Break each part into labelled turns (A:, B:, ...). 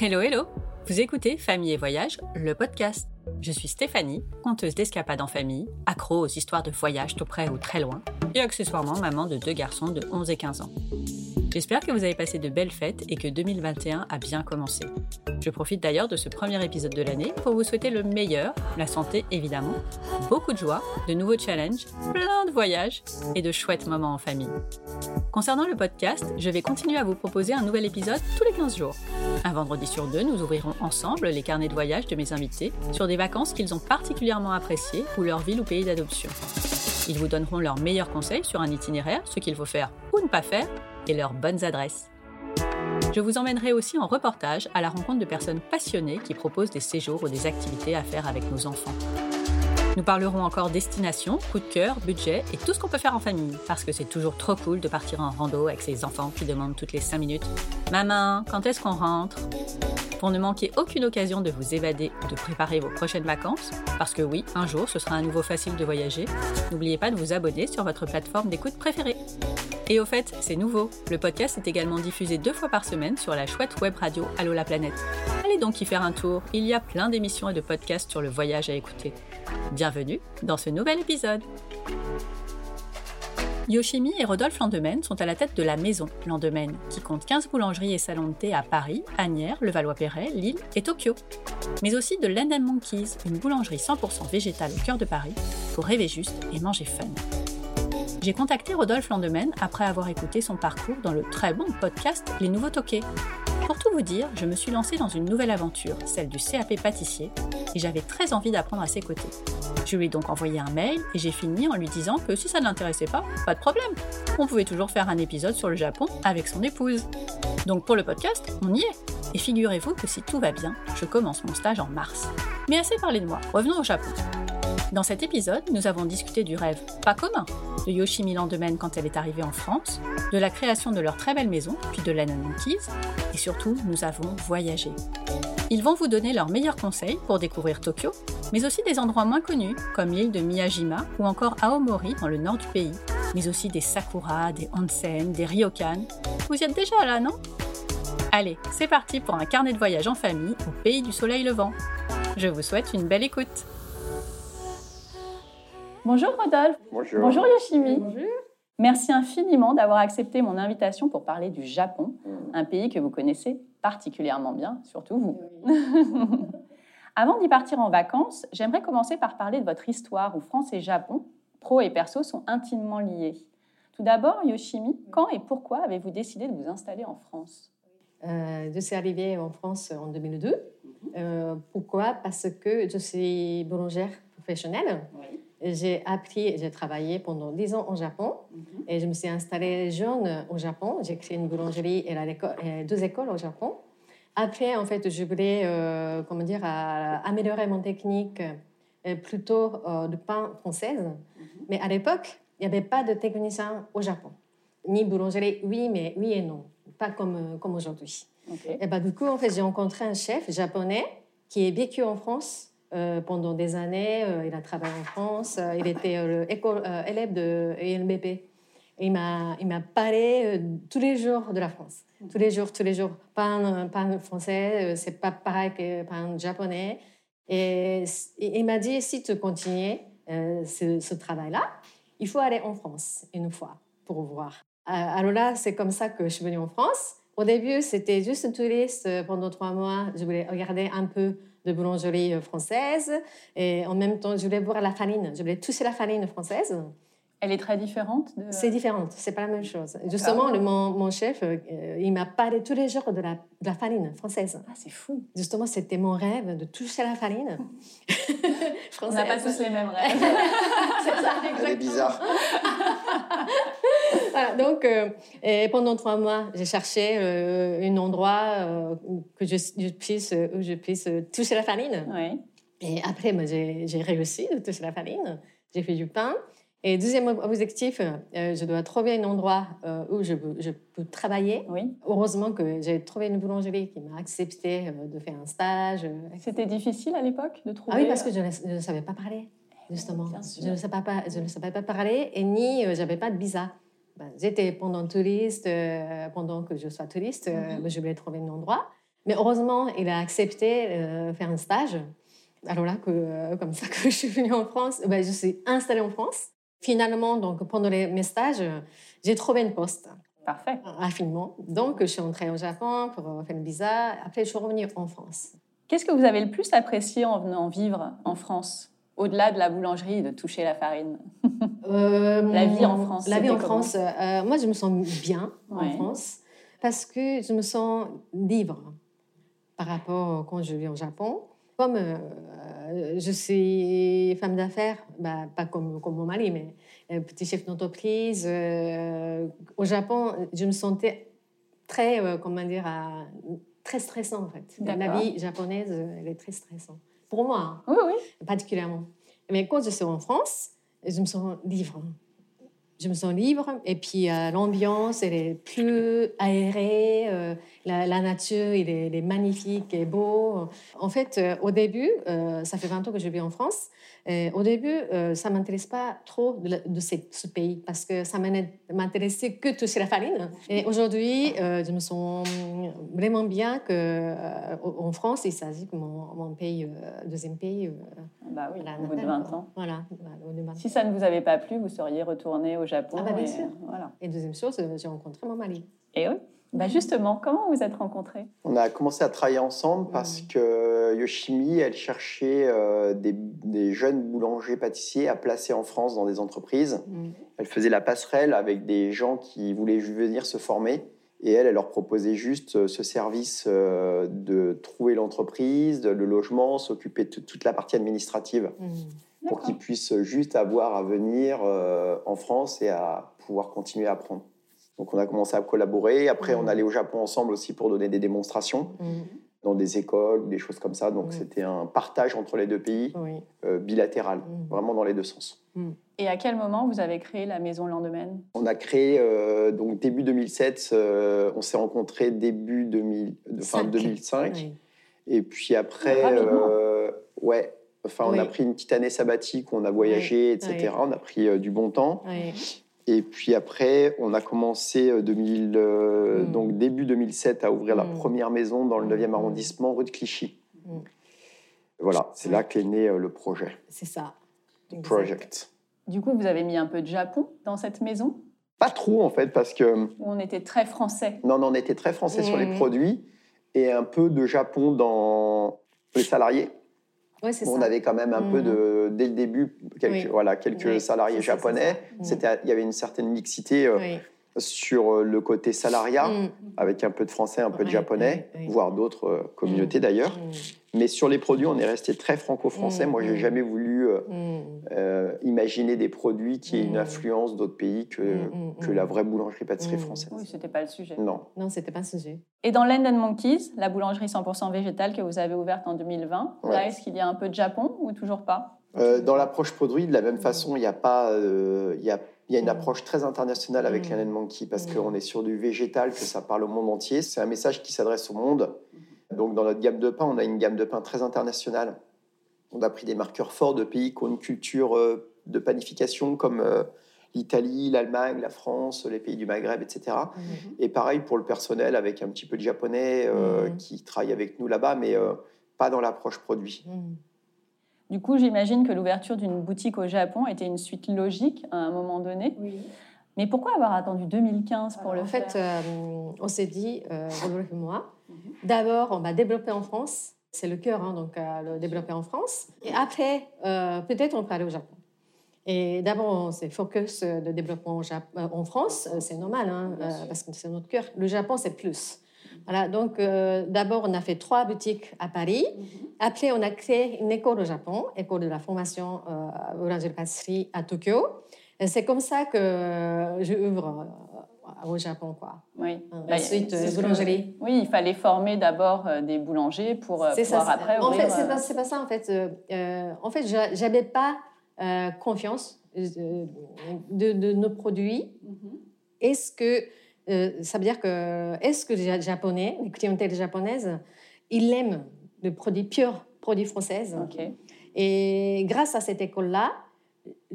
A: Hello, hello Vous écoutez Famille et Voyage, le podcast. Je suis Stéphanie, conteuse d'escapades en famille, accro aux histoires de voyages tout près ou très loin, et accessoirement maman de deux garçons de 11 et 15 ans. J'espère que vous avez passé de belles fêtes et que 2021 a bien commencé. Je profite d'ailleurs de ce premier épisode de l'année pour vous souhaiter le meilleur, la santé évidemment, beaucoup de joie, de nouveaux challenges, plein de voyages et de chouettes moments en famille. Concernant le podcast, je vais continuer à vous proposer un nouvel épisode tous les 15 jours. Un vendredi sur deux, nous ouvrirons ensemble les carnets de voyage de mes invités sur des vacances qu'ils ont particulièrement appréciées ou leur ville ou pays d'adoption. Ils vous donneront leurs meilleurs conseils sur un itinéraire, ce qu'il faut faire ou ne pas faire, et leurs bonnes adresses. Je vous emmènerai aussi en reportage à la rencontre de personnes passionnées qui proposent des séjours ou des activités à faire avec nos enfants. Nous parlerons encore destination, coup de cœur, budget et tout ce qu'on peut faire en famille, parce que c'est toujours trop cool de partir en rando avec ses enfants qui demandent toutes les 5 minutes Maman, quand est-ce qu'on rentre Pour ne manquer aucune occasion de vous évader ou de préparer vos prochaines vacances, parce que oui, un jour ce sera à nouveau facile de voyager, n'oubliez pas de vous abonner sur votre plateforme d'écoute préférée. Et au fait, c'est nouveau, le podcast est également diffusé deux fois par semaine sur la chouette web radio Allo la planète. Allez donc y faire un tour, il y a plein d'émissions et de podcasts sur le voyage à écouter. Bienvenue dans ce nouvel épisode. Yoshimi et Rodolphe Landemaine sont à la tête de la maison Landemaine, qui compte 15 boulangeries et salons de thé à Paris, Agnières, Levallois-Perret, Lille et Tokyo. Mais aussi de Lendem Monkeys, une boulangerie 100% végétale au cœur de Paris, pour rêver juste et manger fun. J'ai contacté Rodolphe Landemaine après avoir écouté son parcours dans le très bon podcast Les Nouveaux Toqués. Pour tout vous dire, je me suis lancée dans une nouvelle aventure, celle du CAP pâtissier, et j'avais très envie d'apprendre à ses côtés. Je lui ai donc envoyé un mail et j'ai fini en lui disant que si ça ne l'intéressait pas, pas de problème. On pouvait toujours faire un épisode sur le Japon avec son épouse. Donc pour le podcast, on y est. Et figurez-vous que si tout va bien, je commence mon stage en mars. Mais assez parlé de moi, revenons au Japon. Dans cet épisode, nous avons discuté du rêve pas commun de Yoshimi Landemaine quand elle est arrivée en France, de la création de leur très belle maison, puis de l'Anna Monkeys, et surtout, nous avons voyagé. Ils vont vous donner leurs meilleurs conseils pour découvrir Tokyo, mais aussi des endroits moins connus, comme l'île de Miyajima ou encore Aomori dans le nord du pays, mais aussi des sakura, des onsen, des ryokan. Vous y êtes déjà là, non Allez, c'est parti pour un carnet de voyage en famille au pays du soleil levant. Je vous souhaite une belle écoute. Bonjour Rodolphe.
B: Bonjour.
A: Yoshimi.
C: Bonjour.
A: Merci infiniment d'avoir accepté mon invitation pour parler du Japon,
B: Mm.
A: un pays que vous connaissez particulièrement bien, surtout vous. Avant d'y partir en vacances, j'aimerais commencer par parler de votre histoire où France et Japon, pro et perso, sont intimement liés. Tout d'abord, Yoshimi, quand et pourquoi avez-vous décidé de vous installer en France
C: Euh, je suis arrivée en France en 2002. Euh, pourquoi Parce que je suis boulangère professionnelle. J'ai appris et j'ai travaillé pendant 10 ans au Japon. Et je me suis installée jeune au Japon. J'ai créé une boulangerie et, la déco- et deux écoles au Japon. Après, en fait, je voulais euh, comment dire, à- améliorer mon technique, euh, plutôt euh, de pain française. Mais à l'époque, il n'y avait pas de technicien au Japon. Ni boulangerie, oui, mais oui et non. Pas comme, euh, comme aujourd'hui.
A: Ok.
C: Et bah, du coup, en fait, j'ai rencontré un chef japonais qui a vécu en France euh, pendant des années. Euh, il a travaillé en France. Euh, il était euh, le éco- euh, élève de INBP. Et Il m'a, il m'a parlé euh, tous les jours de la France. Tous les jours, tous les jours. Pain, pain français, euh, c'est pas pareil que pain japonais. Et s- il il m'a dit, si tu continues euh, ce, ce travail-là, il faut aller en France une fois pour voir. Euh, Alors là, c'est comme ça que je suis venue en France. Au début, c'était juste une touriste euh, pendant trois mois. Je voulais regarder un peu de boulangerie euh, française et en même temps, je voulais voir la farine. Je voulais toucher la farine française.
A: Elle est très différente de...
C: C'est différent, c'est pas la même chose.
A: Ah.
C: Justement, le- mon, mon chef, euh, il m'a parlé tous les jours de la, de la farine française.
A: Ah, c'est fou.
C: Justement, c'était mon rêve de toucher la farine
A: On
C: française.
A: n'a pas tous les mêmes rêves.
C: C'est ça,
B: Elle est
C: exactement.
B: bizarre.
C: Voilà, donc, euh, et pendant trois mois, j'ai cherché euh, un endroit euh, que je, je puisse, où je puisse euh, toucher la farine.
A: oui.
C: Et après, moi, j'ai j'ai réussi de toucher la farine. J'ai fait du pain. Et deuxième objectif, euh, je dois trouver un endroit euh, où je, peux- je peux travailler.
A: oui.
C: Heureusement que j'ai trouvé une boulangerie qui m'a accepté euh, de faire un stage. euh,
A: C'était difficile à l'époque de trouver...
C: ah oui, parce que je ne, je ne savais pas parler, justement.
A: Eh ben, bien sûr.
C: Je ne, savais pas, je ne savais pas parler et ni euh, j'avais pas de visa.
A: Mhm.
C: Ben, J'étais pendant touriste, euh, pendant que je sois touriste, euh, je voulais trouver un endroit. Mais heureusement, il a accepté de faire un stage. Alors là, que, euh, comme ça que je suis venue en France, ben, je suis installée en France. Finalement, donc, pendant les- mes stages, euh, j'ai trouvé un poste
D: Parfait.
C: euh, rapidement. Donc, je suis entrée au Japon pour euh, faire le visa. Après, je suis revenue en France.
D: Qu'est-ce que vous avez le plus apprécié en venant vivre en France Au-delà de la boulangerie, de toucher la farine.
C: Euh,
D: La
C: mon-
D: vie en France,
C: La vie en
D: c'était comment
C: France. euh, moi, je me sens bien
D: Ouais.
C: en France parce que je me sens libre par rapport à quand je vis au Japon. Comme euh, je suis femme d'affaires, bah, pas comme, comme mon mari, mais euh, petit chef d'entreprise, euh, au Japon, je me sentais très, euh, comment dire, à- très stressant en fait. La
D: D'accord.
C: vie japonaise, euh, elle est très stressante. Pour moi, hein
D: Oui, oui.
C: particulièrement. Mais quand je suis en France, je me sens libre. Je me sens libre et puis euh, l'ambiance, elle est plus aérée, euh, la, la nature, il est, il est magnifique et beau. En fait, euh, au début, euh, ça fait 20 ans que je vis en France, et au début, euh, ça ne m'intéresse pas trop de, la- de ce, ce pays parce que ça m'en- m'intéressait que toucher la farine. Et aujourd'hui, euh, je me sens vraiment bien que euh, en France, il s'agit que mon, mon pays, euh, deuxième pays, euh,
D: Bah oui,
C: voilà,
D: au bout de 20
C: natal, quoi.
D: ans.
C: Voilà, voilà, au bout de 20
D: Si
C: ans.
D: ça ne vous avait pas plu, vous seriez retourné au Japon.
C: Ah bah, bien
D: et- euh,
C: sûr.
D: Voilà.
C: Et deuxième chose, euh, j'ai rencontré mon mari.
D: Et oui. Bah justement, comment vous êtes rencontrés
B: On a commencé à travailler ensemble parce
C: Mhm.
B: que Yoshimi, elle cherchait euh, des, des jeunes boulangers-pâtissiers à placer en France dans des entreprises.
C: Mm.
B: Elle faisait la passerelle avec des gens qui voulaient ju- venir se former. Et elle, elle leur proposait juste euh, ce service euh, de trouver l'entreprise, de- le logement, s'occuper de tout- toute la partie administrative
C: Mm.
B: pour
D: D'accord.
B: qu'ils puissent juste avoir à venir euh, en France et à pouvoir continuer à apprendre. Donc on a commencé à collaborer. Après,
C: Mhm.
B: on allait au Japon ensemble aussi pour donner des démonstrations
C: Mm.
B: dans des écoles ou des choses comme ça. Donc
C: Ouais.
B: c'était un partage entre les deux pays
C: Oui.
B: euh, bilatéral,
C: Mm.
B: vraiment dans les deux sens.
D: Et à quel moment vous avez créé la maison Lendemain
B: On a créé euh, donc début 2007, euh, on s'est rencontrés début 2000, de- fin
C: Cinq.
B: 2005,
C: Oui.
B: et puis après,
D: Rapidement.
B: euh, ouais, enfin on a
C: Oui.
B: pris une petite année sabbatique, on a voyagé, etc.
C: ouais.
B: On a pris euh, du bon temps,
C: Oui.
B: et puis après on a commencé euh, 2000, euh,
C: Mm.
B: donc début 2007 à ouvrir la
C: Mm.
B: première maison dans le 9e
C: Mm.
B: arrondissement, rue de Clichy.
C: Mm.
B: Voilà, c'est
C: Ouais.
B: là qu'est né euh, le projet.
C: C'est ça. Exact.
B: Project.
D: Du coup, vous avez mis un peu de Japon dans cette maison
B: Pas trop en fait, parce que hum,
D: où on était très français.
B: non, non, on était très français sur les
C: Mhm.
B: produits et un peu de Japon dans les salariés.
C: Oui, c'est
B: On
C: ça.
B: avait quand même un
C: Mhm.
B: peu de, dès le début, quelques,
C: Oui.
B: voilà, quelques
C: Oui,
B: salariés
C: c'est ça, c'est
B: japonais.
C: ça. Mhm.
B: C'était, il y avait une certaine mixité euh,
C: Oui.
B: sur euh, le côté salariat,
C: Mm.
B: avec un peu de français, un peu de
C: Ouais,
B: japonais,
C: ouais, Mm. ouais.
B: voire d'autres euh, communautés d'ailleurs. Mais sur les produits, on est resté très franco-français.
C: Mhm.
B: Moi, j'ai jamais voulu euh,
C: Mm. Mm.
B: euh, imaginer des produits qui aient une
C: Mhm.
B: influence d'autres pays que,
C: Mm, mm,
B: Euh, que
C: mm.
B: la vraie boulangerie-pâtisserie
C: Mhm.
B: française.
D: Oui, c'était pas le sujet.
B: Non.
C: Non, c'était pas un sujet.
D: Et dans Land and Monkeys, la boulangerie 100% végétale que vous avez ouverte en 2020, là,
B: Ouais.
D: est-ce qu'il y a un peu de Japon ou toujours pas
B: Euh, dans l'approche produit, de la même
C: Mm.
B: façon, il y a pas, euh, il y a, il y a une
C: Mm.
B: approche très internationale avec
C: Mm.
B: Lion Monkey parce
C: Mm.
B: qu'on est sur du végétal, que ça parle au monde entier. C'est un message qui s'adresse au monde.
C: Mm.
B: Donc dans notre gamme de pain, on a une gamme de pain très internationale. On a pris des marqueurs forts de pays qui ont une culture euh, de panification comme euh, l'Italie, l'Allemagne, la France, les pays du Maghreb, etc. Et pareil pour le personnel avec un petit peu de japonais euh,
C: Mm.
B: qui travaille avec nous là-bas, mais euh, pas dans l'approche produit.
C: Mm.
D: Du coup, j'imagine que l'ouverture d'une boutique au Japon était une suite logique à un moment donné. Mais pourquoi avoir attendu 2015 pour le
C: en fait,
D: faire
C: euh, on s'est dit, euh, Rodolphe et moi,
D: Mhm.
C: d'abord, on va développer en France. C'est le cœur, hein, donc euh, le développer en France. Et après, euh, peut-être on peut aller au Japon. Et d'abord, on s'est focus euh, de développement au Jap- euh, en France. Euh, C'est normal, hein,
D: Bien
C: euh,
D: sûr. Mhm.
C: parce que c'est notre cœur. Le Japon, c'est plus. Voilà, donc euh, d'abord, on a fait trois boutiques à Paris. Après, on a créé une école au Japon, école de la formation euh, boulangerie-pâtisserie à Tokyo. Et C'est comme ça que euh, je ouvre euh, au Japon, quoi.
D: Oui. Bah,
C: Ensuite,
D: c'est
C: euh,
D: ce que-
C: boulangerie.
D: Oui, il fallait former d'abord euh, des boulangers pour euh,
C: C'est
D: pouvoir
C: ça,
D: après
C: c'est- en fait,
D: ouvrir,
C: c'est
D: euh,
C: pas, c'est pas ça, en fait. Euh, euh, en fait, j'a- j'avais pas euh, confiance euh, de, de nos produits.
A: Mhm.
C: Est-ce que, euh, ça veut dire que, est-ce que les Japonais, les clientèles japonaises, ils aiment le produit pur, produit français
D: Ok.
C: Et grâce à cette école-là,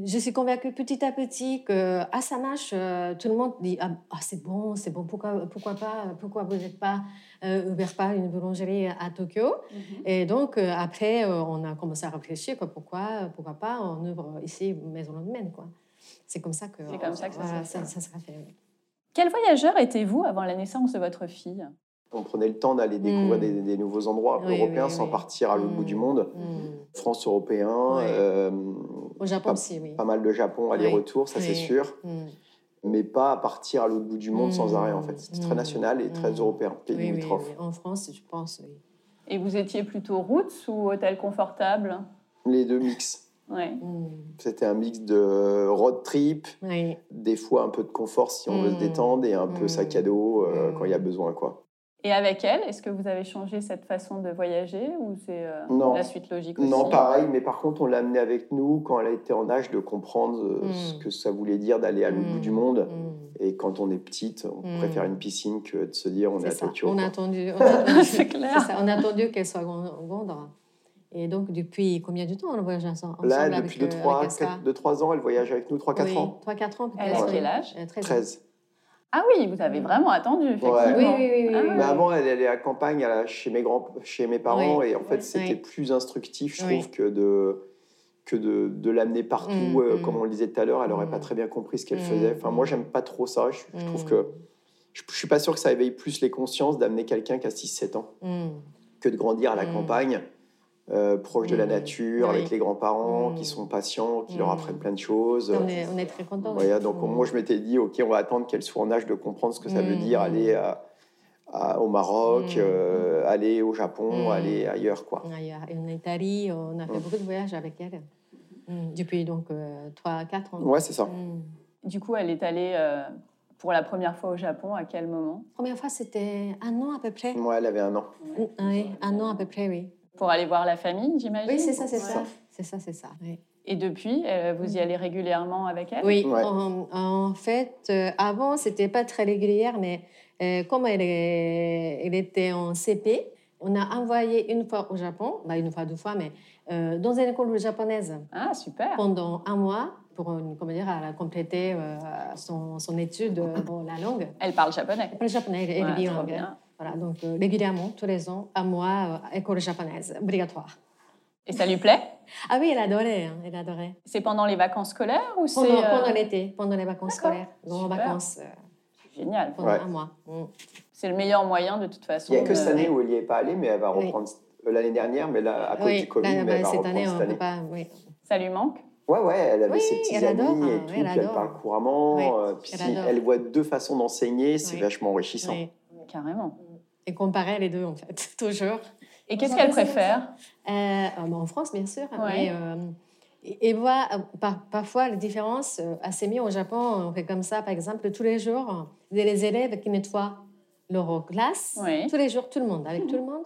C: je suis convaincue petit à petit que à ça marche. euh, tout le monde dit ah, ah, c'est bon, c'est bon. Pourquoi, pourquoi pas Pourquoi vous n'êtes pas euh, ouvert pas une boulangerie à Tokyo
A: Mhm.
C: Et donc euh, après, euh, on a commencé à réfléchir quoi, pourquoi, pourquoi pas on ouvre ici maison lendemain quoi. C'est comme ça que
A: C'est comme ça que ça
C: voilà,
A: s'est fait.
C: ça sera fait. oui.
A: Quel voyageur étiez-vous avant la naissance de votre fille
B: On prenait le temps d'aller découvrir
C: Mm.
B: des, des nouveaux endroits
C: Oui,
B: européens
C: oui,
B: sans
C: oui.
B: partir à l'autre
C: Mm.
B: bout du monde.
C: Mm.
B: France européen,
C: Ouais.
B: euh,
C: Au Japon
B: Pas-
C: aussi, oui.
B: pas mal de Japon, aller-retour, ça c'est
C: Oui.
B: sûr.
C: Mm.
B: Mais pas à partir à l'autre bout du monde sans
C: Mm.
B: arrêt en fait. C'était très
C: Mm.
B: national et très
C: Mm.
B: européen, pays
C: Oui, oui,
B: limitrophe.
C: oui. En France, je pense. Oui.
A: Et vous étiez plutôt roots ou hôtel confortable
B: Les deux mix.
A: Ouais.
C: Mm.
B: C'était un mix de road trip,
C: Oui.
B: des fois un peu de confort si on veut se
C: Mm.
B: détendre et un peu
C: Mm.
B: sac à dos euh,
C: Mm.
B: quand il y a besoin quoi.
A: Et avec elle, est-ce que vous avez changé cette façon de voyager ou c'est euh,
B: Non.
A: la suite logique
C: Bah,
A: aussi
B: Non, pareil, mais par contre, on l'a amenée avec nous quand elle a été en âge de comprendre euh,
C: Mm.
B: ce que ça voulait dire d'aller à l'autre
C: Mm.
B: bout du monde.
C: Mm.
B: Et quand on est petite, on
C: Mm.
B: préfère une piscine que de se dire on est,
C: C'est
B: à
C: ça.
B: Tokyo.
C: On a
B: quoi.
C: attendu, on a attendu,
A: C'est clair.
C: c'est ça, on a attendu qu'elle soit en Gondre. Et donc, depuis combien de temps on voyage ensemble
B: Là,
C: avec,
B: depuis 2
C: euh, avec Asra
B: 3 ans, elle voyage avec nous, 3-4
C: Oui,
B: ans.
C: 3-4 ans peut-être.
A: Elle a
B: Ouais.
A: quel âge
C: Euh, 13 ans.
B: 13.
A: Ah oui, vous avez vraiment attendu, effectivement.
B: Ouais.
C: Oui, oui, oui. oui,
A: Ah.
C: oui.
B: Mais avant, elle allait à la campagne elle, chez, mes grands, chez mes parents
C: Oui.
B: et en fait, c'était
C: Oui.
B: plus instructif, je
C: Oui.
B: trouve, que de, que de, de l'amener partout.
C: Mm,
B: euh,
C: mm.
B: Comme on le disait tout à l'heure, elle n'aurait pas
C: Mm.
B: très bien compris ce qu'elle
C: Mm,
B: faisait. Enfin, moi,
C: mm.
B: j'aime pas trop ça. Je, je trouve
C: Mm.
B: que je, je suis pas sûr que ça éveille plus les consciences d'amener quelqu'un qui a 6-7 ans
C: Mm.
B: que de grandir à la
C: Mm.
B: campagne. euh, proche de la
C: Mm.
B: nature,
C: Oui.
B: avec les grands-parents
C: Mm.
B: qui sont patients, qui leur
C: Mm.
B: apprennent plein de choses.
C: On est, on est très contents.
B: Voilà, donc
C: Mm.
B: moi je m'étais dit, ok, on va attendre qu'elle soit en âge de comprendre ce que ça veut
C: Mm.
B: dire aller à- à- au Maroc,
C: Mm.
B: euh, aller au Japon,
C: Mm.
B: aller ailleurs, quoi.
C: Ailleurs. Et en Italie, on a fait
B: Mm.
C: beaucoup de voyages avec elle. Mm. Depuis donc 3-4 ans.
B: Ouais, c'est ça.
C: Mm.
A: Du coup, elle est allée euh, pour la première fois au Japon. À quel moment
C: Première fois, c'était un an à peu près.
B: Moi, elle avait un an.
C: Oui, un an à peu près, oui.
A: Pour aller voir la famille, j'imagine
C: Oui,
B: Ah,
C: c'est ça, c'est
A: Ouais.
C: ça. C'est ça, c'est ça. oui.
A: Et depuis, euh, vous y allez régulièrement avec elle
C: Oui,
B: Ouais.
C: en, en fait, euh, avant, c'était pas très régulière, mais euh, comme elle, est- elle était en CP, on a envoyé une fois au Japon, bah, une fois, deux fois, mais euh, dans une école japonaise
A: Ah, super
C: pendant un mois pour une- comment dire, elle a complété euh, son, son étude euh, dans la langue.
A: Elle parle japonais.
C: Après le japonais, elle est
A: Ouais, trop
C: bilingue.
A: bien.
C: Voilà, donc euh, régulièrement, tous les ans, un mois, euh, école japonaise, obligatoire.
A: Et ça lui plaît
C: Ah oui, elle adorait, hein, elle adorait.
A: C'est pendant les vacances scolaires ou c'est
C: Pendant,
A: euh,
C: pendant l'été, pendant les vacances
A: D'accord.
C: scolaires, grandes
A: Super.
C: vacances, euh,
A: génial
C: pendant
B: Ouais.
C: un mois. Mm.
A: C'est le meilleur moyen de toute façon. euh,
B: Il n'y a que
A: de-
B: cette année où elle n'y est pas allée, mais elle va
C: euh, Oui.
B: reprendre euh, l'année dernière, mais là, à cause
C: oui,
B: du Covid, mais
C: là, bah,
B: elle va
C: cette
B: reprendre
C: année, on
B: cette
C: peut
B: année.
C: pas. Oui.
A: Ça lui manque
B: Ouais, ouais, elle avait
C: Oui,
B: ses petits
C: elle
B: amis
C: adore,
B: et
C: hein,
B: tout, puis
C: elle
B: elle
C: adore.
B: parle couramment.
C: Ouais,
B: euh, puis
C: elle
B: si
C: adore.
B: elle voit deux façons d'enseigner, c'est
C: Oui.
B: vachement enrichissant.
C: oui.
A: Carrément.
C: Et comparer les deux, en fait, toujours.
A: Et qu'est-ce qu'elle préfère
C: Euh, ah, bah, en France, bien sûr.
A: Ouais.
C: Mais, euh, et, et voir euh, par- parfois les différences euh, assez mieux au Japon. On fait comme ça, par exemple, tous les jours, des- les élèves qui nettoient leur classe,
A: Ouais. Mhm.
C: tous les jours, tout le monde, avec tout le monde.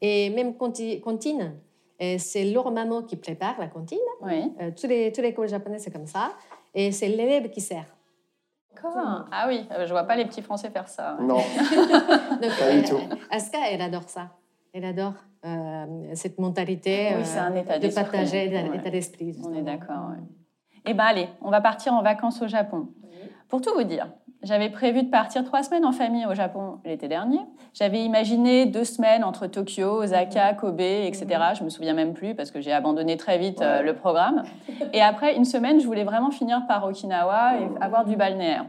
C: Et même canti- cantine, Et c'est leur maman qui prépare la cantine.
A: Oui.
C: Euh, tous les, tous les écoles japonaises, c'est comme ça. Et c'est l'élève qui sert.
A: D'accord. Ah oui, euh, je vois pas les petits Français faire ça.
B: Non,
C: Donc,
B: pas du
C: euh,
B: tout.
C: Aska, elle adore ça. Elle adore euh, cette mentalité
A: Oui,
C: euh,
A: c'est un état
C: de
A: d'esprit.
C: partager l'état
A: Ouais.
C: l'état d'esprit.
A: On
C: justement.
A: est d'accord. ouais. Eh ben allez, on va partir en vacances au Japon. Pour tout vous dire, j'avais prévu de partir trois semaines en famille au Japon l'été dernier. J'avais imaginé deux semaines entre Tokyo, Osaka,
C: Mhm.
A: Kobe, etc. Je me souviens même plus parce que j'ai abandonné très vite euh,
B: Ouais.
A: le programme. Et après une semaine, je voulais vraiment finir par Okinawa
C: Mhm.
A: et avoir du balnéaire.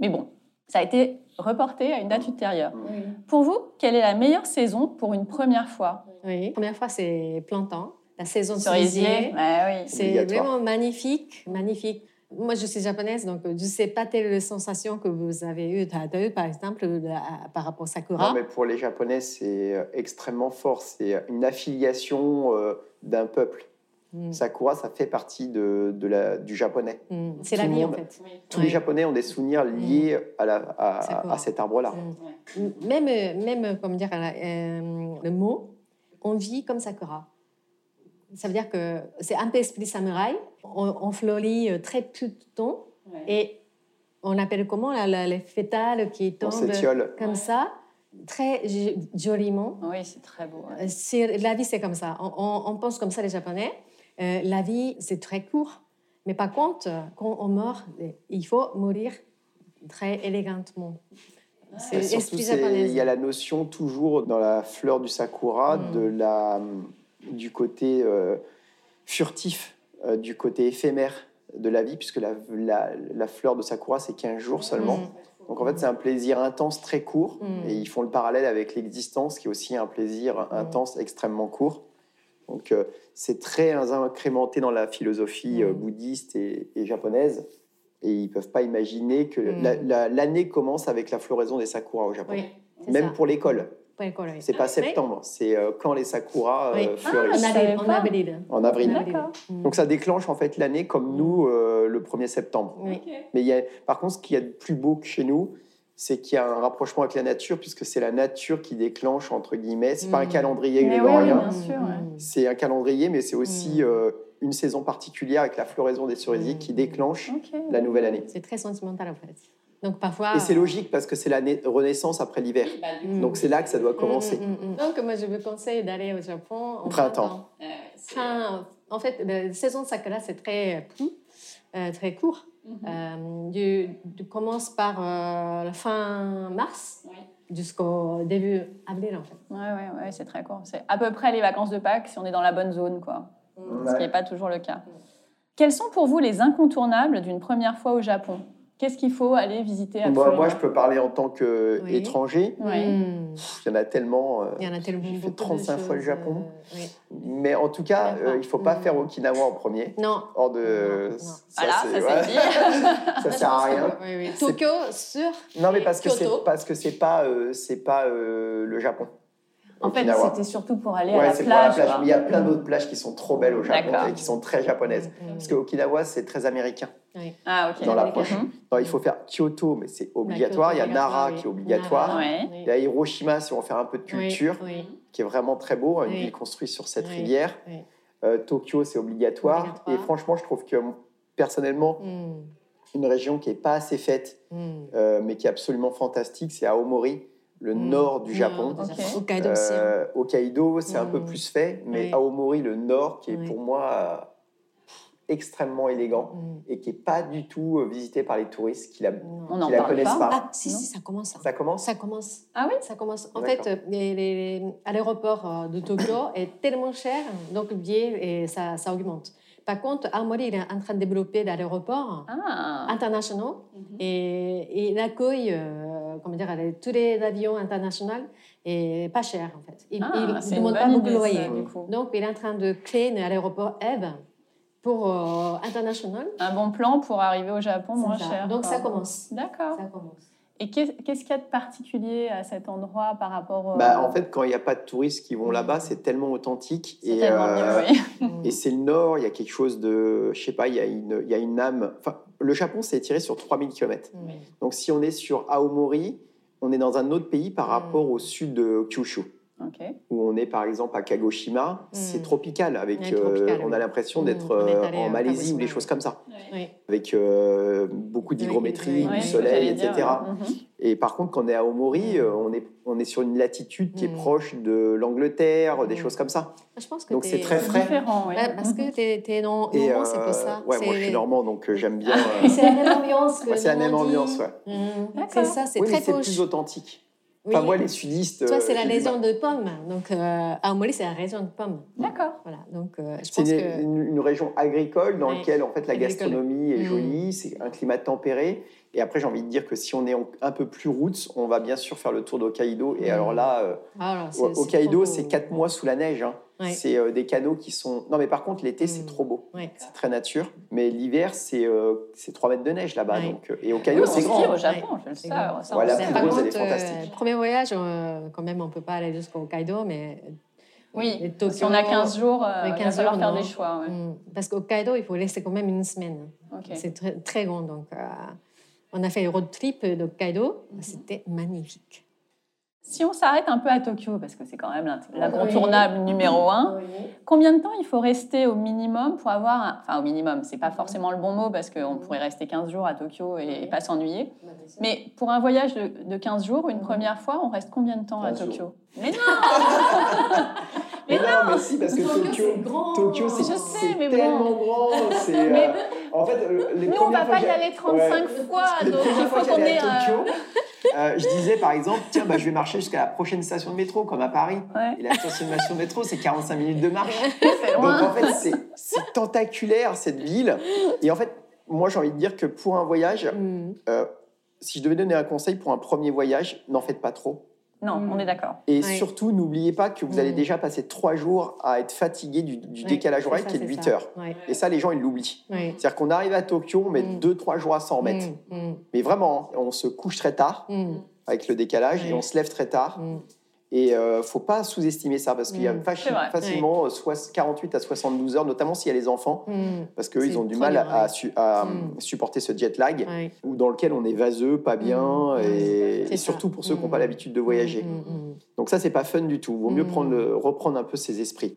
A: Mais bon, ça a été reporté à une
C: Mhm.
A: date ultérieure. Pour vous, quelle est la meilleure saison pour une première fois
C: Oui. La première fois, c'est plantain, la saison de
A: Cerisier
C: cerisier.
A: Ouais, oui.
C: C'est
B: Obligatoire.
C: vraiment magnifique, magnifique. Moi, je suis japonaise, donc euh, je ne sais pas telle sensation que vous avez eue, t'as- t'as eu, par exemple, euh, à- par rapport à Sakura.
B: Non, mais pour les Japonais, c'est euh, extrêmement fort. C'est euh, une affiliation euh, d'un peuple.
C: Mm,
B: Sakura, ça fait partie de, de la, du japonais.
C: mm, C'est
B: tout
C: la
B: le
C: vie, en
B: monde.
C: fait.
B: Tous
C: Ouais. Mm.
B: les japonais ont des souvenirs liés à, la, à,
C: Sakura.
B: à cet arbre-là.
C: Mm. Même, euh, même euh, comment dire, la- euh, le mot, on vit comme Sakura. Ça veut dire que c'est un peu esprit samouraï. On, on fleurit euh, très peu de temps et on appelle comment la- la- les fétales qui
B: On
C: tombent
B: s'étiole.
C: comme ça, très jo- joliment.
A: Oui, c'est très beau. ouais.
C: Euh, c'est- La vie, c'est comme ça. On, on- on pense comme ça, les Japonais. Euh, la vie, c'est très court. Mais par contre, quand on meurt, il faut mourir très élégamment.
B: Et surtout, c'est- il y a la notion toujours dans la fleur du sakura
C: Mm.
B: de la, du côté euh, furtif, euh, du côté éphémère de la vie, puisque la, la- la fleur de sakura, c'est 15 jours seulement. Donc en fait, c'est un plaisir intense très court,
C: Mm.
B: et ils font le parallèle avec l'existence, qui est aussi un plaisir intense extrêmement court. Donc euh, c'est très incrémenté dans la philosophie euh,
C: Mm.
B: bouddhiste et, et japonaise. Et ils peuvent pas imaginer que
C: Mm.
B: la- la- l'année commence avec la floraison des sakuras au Japon.
C: Oui, c'est
B: Même
C: ça.
B: pour l'école.
C: Pour l'école, oui. Ah,
B: C'est pas septembre, c'est euh, quand les sakuras euh,
C: Oui.
A: Ah,
B: fleurissent
A: je
C: En
A: savais
C: avril. En
A: pas.
C: avril.
B: en avril.
C: D'accord.
A: D'accord.
C: Mm.
B: Donc ça déclenche en fait l'année comme nous euh, le 1er septembre.
C: Oui.
B: Mais il y a, par contre, ce qu'il y a de plus beau que chez nous, c'est qu'il y a un rapprochement avec la nature, puisque c'est la nature qui déclenche, entre guillemets. C'est pas un
C: Mm.
B: calendrier
A: Mais oui,
B: grégorien,
A: bien sûr, ouais.
B: c'est un calendrier, mais c'est aussi
C: Mm.
B: euh, une saison particulière avec la floraison des cerisiers
C: Mm.
B: qui déclenche
A: Ok.
B: la nouvelle année.
C: C'est très sentimental en fait. Donc parfois.
B: Et c'est logique parce que c'est la na- renaissance après l'hiver.
C: Ah. Mm.
B: Donc c'est là que ça doit
C: Mm,
B: commencer.
C: mm, mm. Donc moi je vous conseille d'aller au Japon en
B: Printemps.
C: printemps.
A: Hein
C: Fin- en fait, la saison de sakura c'est très court, euh, très court.
A: Mhm.
C: Euh, du, du- commence par euh, la fin mars
A: Ouais.
C: jusqu'au début avril en fait.
A: Ouais, ouais, ouais, c'est très court. C'est à peu près les vacances de Pâques si on est dans la bonne zone, quoi.
C: mm,
A: Ce qui n'est pas toujours le cas. Quels sont pour vous les incontournables d'une première fois au Japon Qu'est-ce qu'il faut aller visiter
B: Bah, Moi,
A: absolument
B: moi, je peux parler en tant
C: Oui.
B: qu'étranger.
A: Ouais.
C: Mm.
B: Il y en a tellement. euh,
C: Il y en a tellement
B: J'ai fait
C: beaucoup de
B: 35 fois le
C: choses,
B: Japon.
C: euh, oui.
B: Mais en tout cas,
C: D'accord.
B: euh, il faut pas
C: Mm.
B: faire Okinawa en premier.
C: Non.
B: Hors de.
C: Non, Ah non.
A: Voilà, Ah ça, c'est
B: ouais,
A: dit.
B: ça sert à rien.
C: Oui, oui.
B: C'est-
C: Tokyo sur.
B: Non, mais parce que c'est
C: Kyoto.
B: parce que c'est pas euh, c'est pas euh, le Japon.
A: En fait,
B: Okinawa.
A: c'était surtout pour aller à
B: ouais,
A: la
B: c'est
A: plage.
B: pour la plage.
A: quoi.
B: Mais il y a plein d'autres plages qui sont trop belles au Japon
A: D'accord.
B: et qui sont très japonaises.
C: Mm,
B: Parce que Okinawa, c'est très américain.
A: Ah, ok.
B: Dans la
A: Mhm.
B: proche. Non, il faut faire Kyoto, mais c'est obligatoire. Il y a Nara qui est obligatoire.
A: Nara,
B: Il y a Hiroshima, si on veut faire un peu de culture,
C: Oui,
B: qui est vraiment très beau, une
C: Oui.
B: ville construite sur cette
C: Oui,
B: rivière.
C: oui.
B: Euh, Tokyo, c'est obligatoire.
C: Obligatoire.
B: Et franchement, je trouve que personnellement,
C: oui. Mm,
B: une région qui n'est pas assez faite,
C: mm.
B: euh, mais qui est absolument fantastique, c'est Aomori, le
C: Mm.
B: nord du Japon.
C: Nord du
A: Ok.
B: Euh,
C: Japon. Hokkaido aussi, hein.
B: Hokkaido, c'est un peu
C: Mm.
B: plus fait, mais
C: Oui.
B: Aomori, le nord, qui est
C: Oui.
B: pour moi euh, extrêmement élégant
C: Mm.
B: et qui n'est pas du tout euh, visité par les touristes qui la,
C: Non.
A: On n'en
B: qui la
A: parle
B: connaissent
A: pas.
B: pas.
C: Ah, si,
A: Non.
C: si, ça commence. hein.
B: Ça commence
C: Ça commence.
A: Ah oui
C: Ça commence. En
B: D'accord.
C: fait, euh, les, les- les- à l'aéroport euh, de Tokyo est tellement cher, donc le billet, et ça, ça augmente. Par contre, Aomori, il est en train de développer dans l'aéroport
A: Ah.
C: international et, et il accueille euh, comment dire, les- tous les avions internationaux et pas cher en fait. Il
A: Ah,
C: ne
A: c'est une
C: demande pas
A: bonne
C: beaucoup de
A: idée, ça,
C: loyer.
A: du coup.
C: Donc, il est en train de créer un aéroport Eve pour euh, international.
A: Un bon plan pour arriver au Japon moins
C: C'est ça.
A: cher.
C: Donc,
A: quoi.
C: ça commence.
A: D'accord.
C: Ça commence.
A: Et qu'est- qu'est-ce qu'il y a de particulier à cet endroit par rapport au...
B: Bah, en fait, quand il n'y a pas de touristes qui vont là-bas, c'est tellement authentique.
A: c'est
B: et,
A: tellement
B: euh,
A: mieux, oui.
C: Mm.
B: et c'est le Nord, il y a quelque chose de. Je sais pas, il y, a une- il y a une âme. Enfin, le Japon s'est étiré sur 3000 km.
C: Mm.
B: Donc si on est sur Aomori, on est dans un autre pays par
C: Mm.
B: rapport au sud de Kyushu,
A: Ok.
B: où on est par exemple à Kagoshima. C'est
C: Mm.
B: tropical. Avec,
C: Ouais, tropical,
B: euh, on a
C: oui.
B: l'impression
C: Mm.
B: d'être
C: On est
B: euh,
C: allé
B: en
C: à
B: Malaisie ou des
C: Kagoshima.
B: choses comme ça.
C: Oui.
B: Avec euh, beaucoup d'hygrométrie,
C: Oui,
B: du
C: oui,
B: soleil,
A: j'allais dire,
B: etc.
A: ouais. Mhm.
B: Et par contre, quand on est à Aomori, euh, on, est, on est sur une latitude qui est
C: Mm.
B: proche de l'Angleterre, des
C: Mm.
B: choses comme ça.
C: Je pense que
B: Donc, c'est
C: t'es-
B: très
A: C'est
B: frais.
A: différent, oui.
C: Ouais, Bah, parce que tu es, normand,
B: mhm. Et,
C: c'est
B: euh,
C: pour ça.
B: Ouais, moi je
C: C'est-
B: suis normand, donc euh, j'aime bien. euh,
C: C'est la même ambiance que
B: ouais, c'est la même
C: Normandie.
B: ambiance, ouais.
C: Mm.
A: D'accord.
C: C'est ça, c'est
B: Oui, mais
C: très
B: c'est
C: poche.
B: plus authentique.
C: Oui.
B: Enfin, moi, les sudistes.
C: Toi,
B: euh,
C: c'est la
B: j'ai du
C: région
B: mal.
C: de pommes. Donc, euh, Aomori, c'est la région de pommes.
A: Mhm. D'accord.
C: Voilà. Donc, euh, je
B: C'est
C: pense
B: une,
C: que.
B: une- une région agricole dans
C: Ouais.
B: laquelle, en fait, la
C: Agricole.
B: gastronomie est
C: Mm.
B: jolie, c'est un climat tempéré. Et après, j'ai envie de dire que si on est en- un peu plus roots, on va bien sûr faire le tour d'Hokkaido. Et
C: Mm.
B: alors là, euh,
C: Ah, alors, c'est- c'est
B: Hokkaido,
C: trop beau.
B: c'est quatre mois sous la neige. hein.
C: Ouais.
B: C'est euh, des canaux qui sont. Non, mais par contre, l'été, c'est
C: Mm.
B: trop beau.
C: Ouais.
B: C'est très nature. Mais l'hiver, c'est euh, c'est 3 mètres de neige là-bas.
C: Ouais.
B: Donc, euh, et au
A: Oui,
B: Caillou,
A: on
B: c'est
A: skie
B: grand.
A: au Japon, je le sais.
C: C'est
A: ça,
C: grand.
A: on
B: Voilà,
A: sait.
B: plus
C: Par
B: grosse,
C: contre,
B: elle est fantastique.
C: euh, premier voyage, euh, quand même, on peut pas aller jusqu'au Hokkaido, mais
A: Oui,
C: Et Tokyo-
A: si on a 15 jours, euh,
C: Ouais,
A: il va
C: 15
A: falloir
C: jours,
A: faire
C: non.
A: des choix. ouais.
C: mm, parce qu'au Hokkaido, il faut laisser quand même une semaine.
A: Ok.
C: C'est très, très grand, donc euh, on a fait le road trip d'Hokkaido,
A: Mhm.
C: c'était magnifique.
A: Si on s'arrête un peu à Tokyo, parce que c'est quand même l'int- l'incontournable numéro un, combien de temps il faut rester au minimum pour avoir... un- Enfin, au minimum, c'est pas forcément le bon mot, parce qu'on pourrait rester 15 jours à Tokyo et, et pas s'ennuyer. Mais pour un voyage de, de 15 jours, une première fois, on reste combien de temps à
B: 15 jours.
A: Tokyo Mais non
B: Mais non, mais si, parce que Tokyo,
C: grand.
B: Tokyo c'est
A: Je sais,
B: c'est
A: mais bon.
B: tellement grand. c'est, euh,
A: Mais
B: en En fait, euh, les
E: Nous, on
B: premières
E: va
B: fois
E: pas
B: que
E: y
B: j'ai-
E: aller 35
B: Ouais.
E: fois,
C: Ah,
B: Les
E: donc il
B: premières fois
E: faut
B: que
E: qu'on
B: j'allais
E: ait
C: euh,
B: à
E: un.
B: Tokyo, euh, je disais par exemple, tiens, bah, je vais marcher jusqu'à la prochaine station de métro, comme à Paris.
A: Ouais.
B: Et la station de station de métro, c'est 45 minutes de marche.
A: C'est
B: Donc
A: loin.
B: en fait, c'est c'est tentaculaire cette ville. Et en fait, moi j'ai envie de dire que pour un voyage,
C: Mm.
B: euh, si je devais donner un conseil pour un premier voyage, n'en faites pas trop.
A: Non,
C: Mm.
A: on est d'accord.
B: Et
C: Ouais.
B: surtout, n'oubliez pas que vous allez
C: Mm.
B: déjà passer trois jours à être fatigué du, du
C: Ouais,
B: décalage
C: c'est
B: horaire
C: ça,
B: qui est de
C: c'est
B: 8
C: ça.
B: heures.
C: Ouais.
B: Et ça, les gens, ils l'oublient.
A: Mm.
C: Ouais.
B: C'est-à-dire qu'on arrive à Tokyo, on met
C: Mm.
B: 2-3 jours à s'en remettre.
C: Mm, mm,
B: Mais vraiment, on se couche très tard
C: mm,
B: avec le décalage et
C: Ouais.
B: on se lève très tard.
C: mm.
B: Et euh, faut pas sous-estimer ça parce qu'il y a
C: Mm.
B: faci-
A: C'est vrai.
B: facilement euh, soit 48 à 72 heures, notamment s'il y a les enfants,
C: Mm,
B: parce qu'eux,
C: C'est
B: ils ont du
C: trop
B: mal
C: dur,
B: à,
C: ouais.
B: su- à, euh,
C: Mm.
B: supporter ce jet lag
C: ouais.
B: ou dans lequel on est vaseux, pas bien,
C: Mm.
B: et,
C: C'est
B: et surtout
C: ça.
B: pour ceux qui n'ont
C: Mm.
B: pas l'habitude de voyager.
C: Mm, mm,
B: Donc ça, c'est pas fun du tout. Vaut mieux
C: Mm.
B: prendre le- reprendre un peu ses esprits.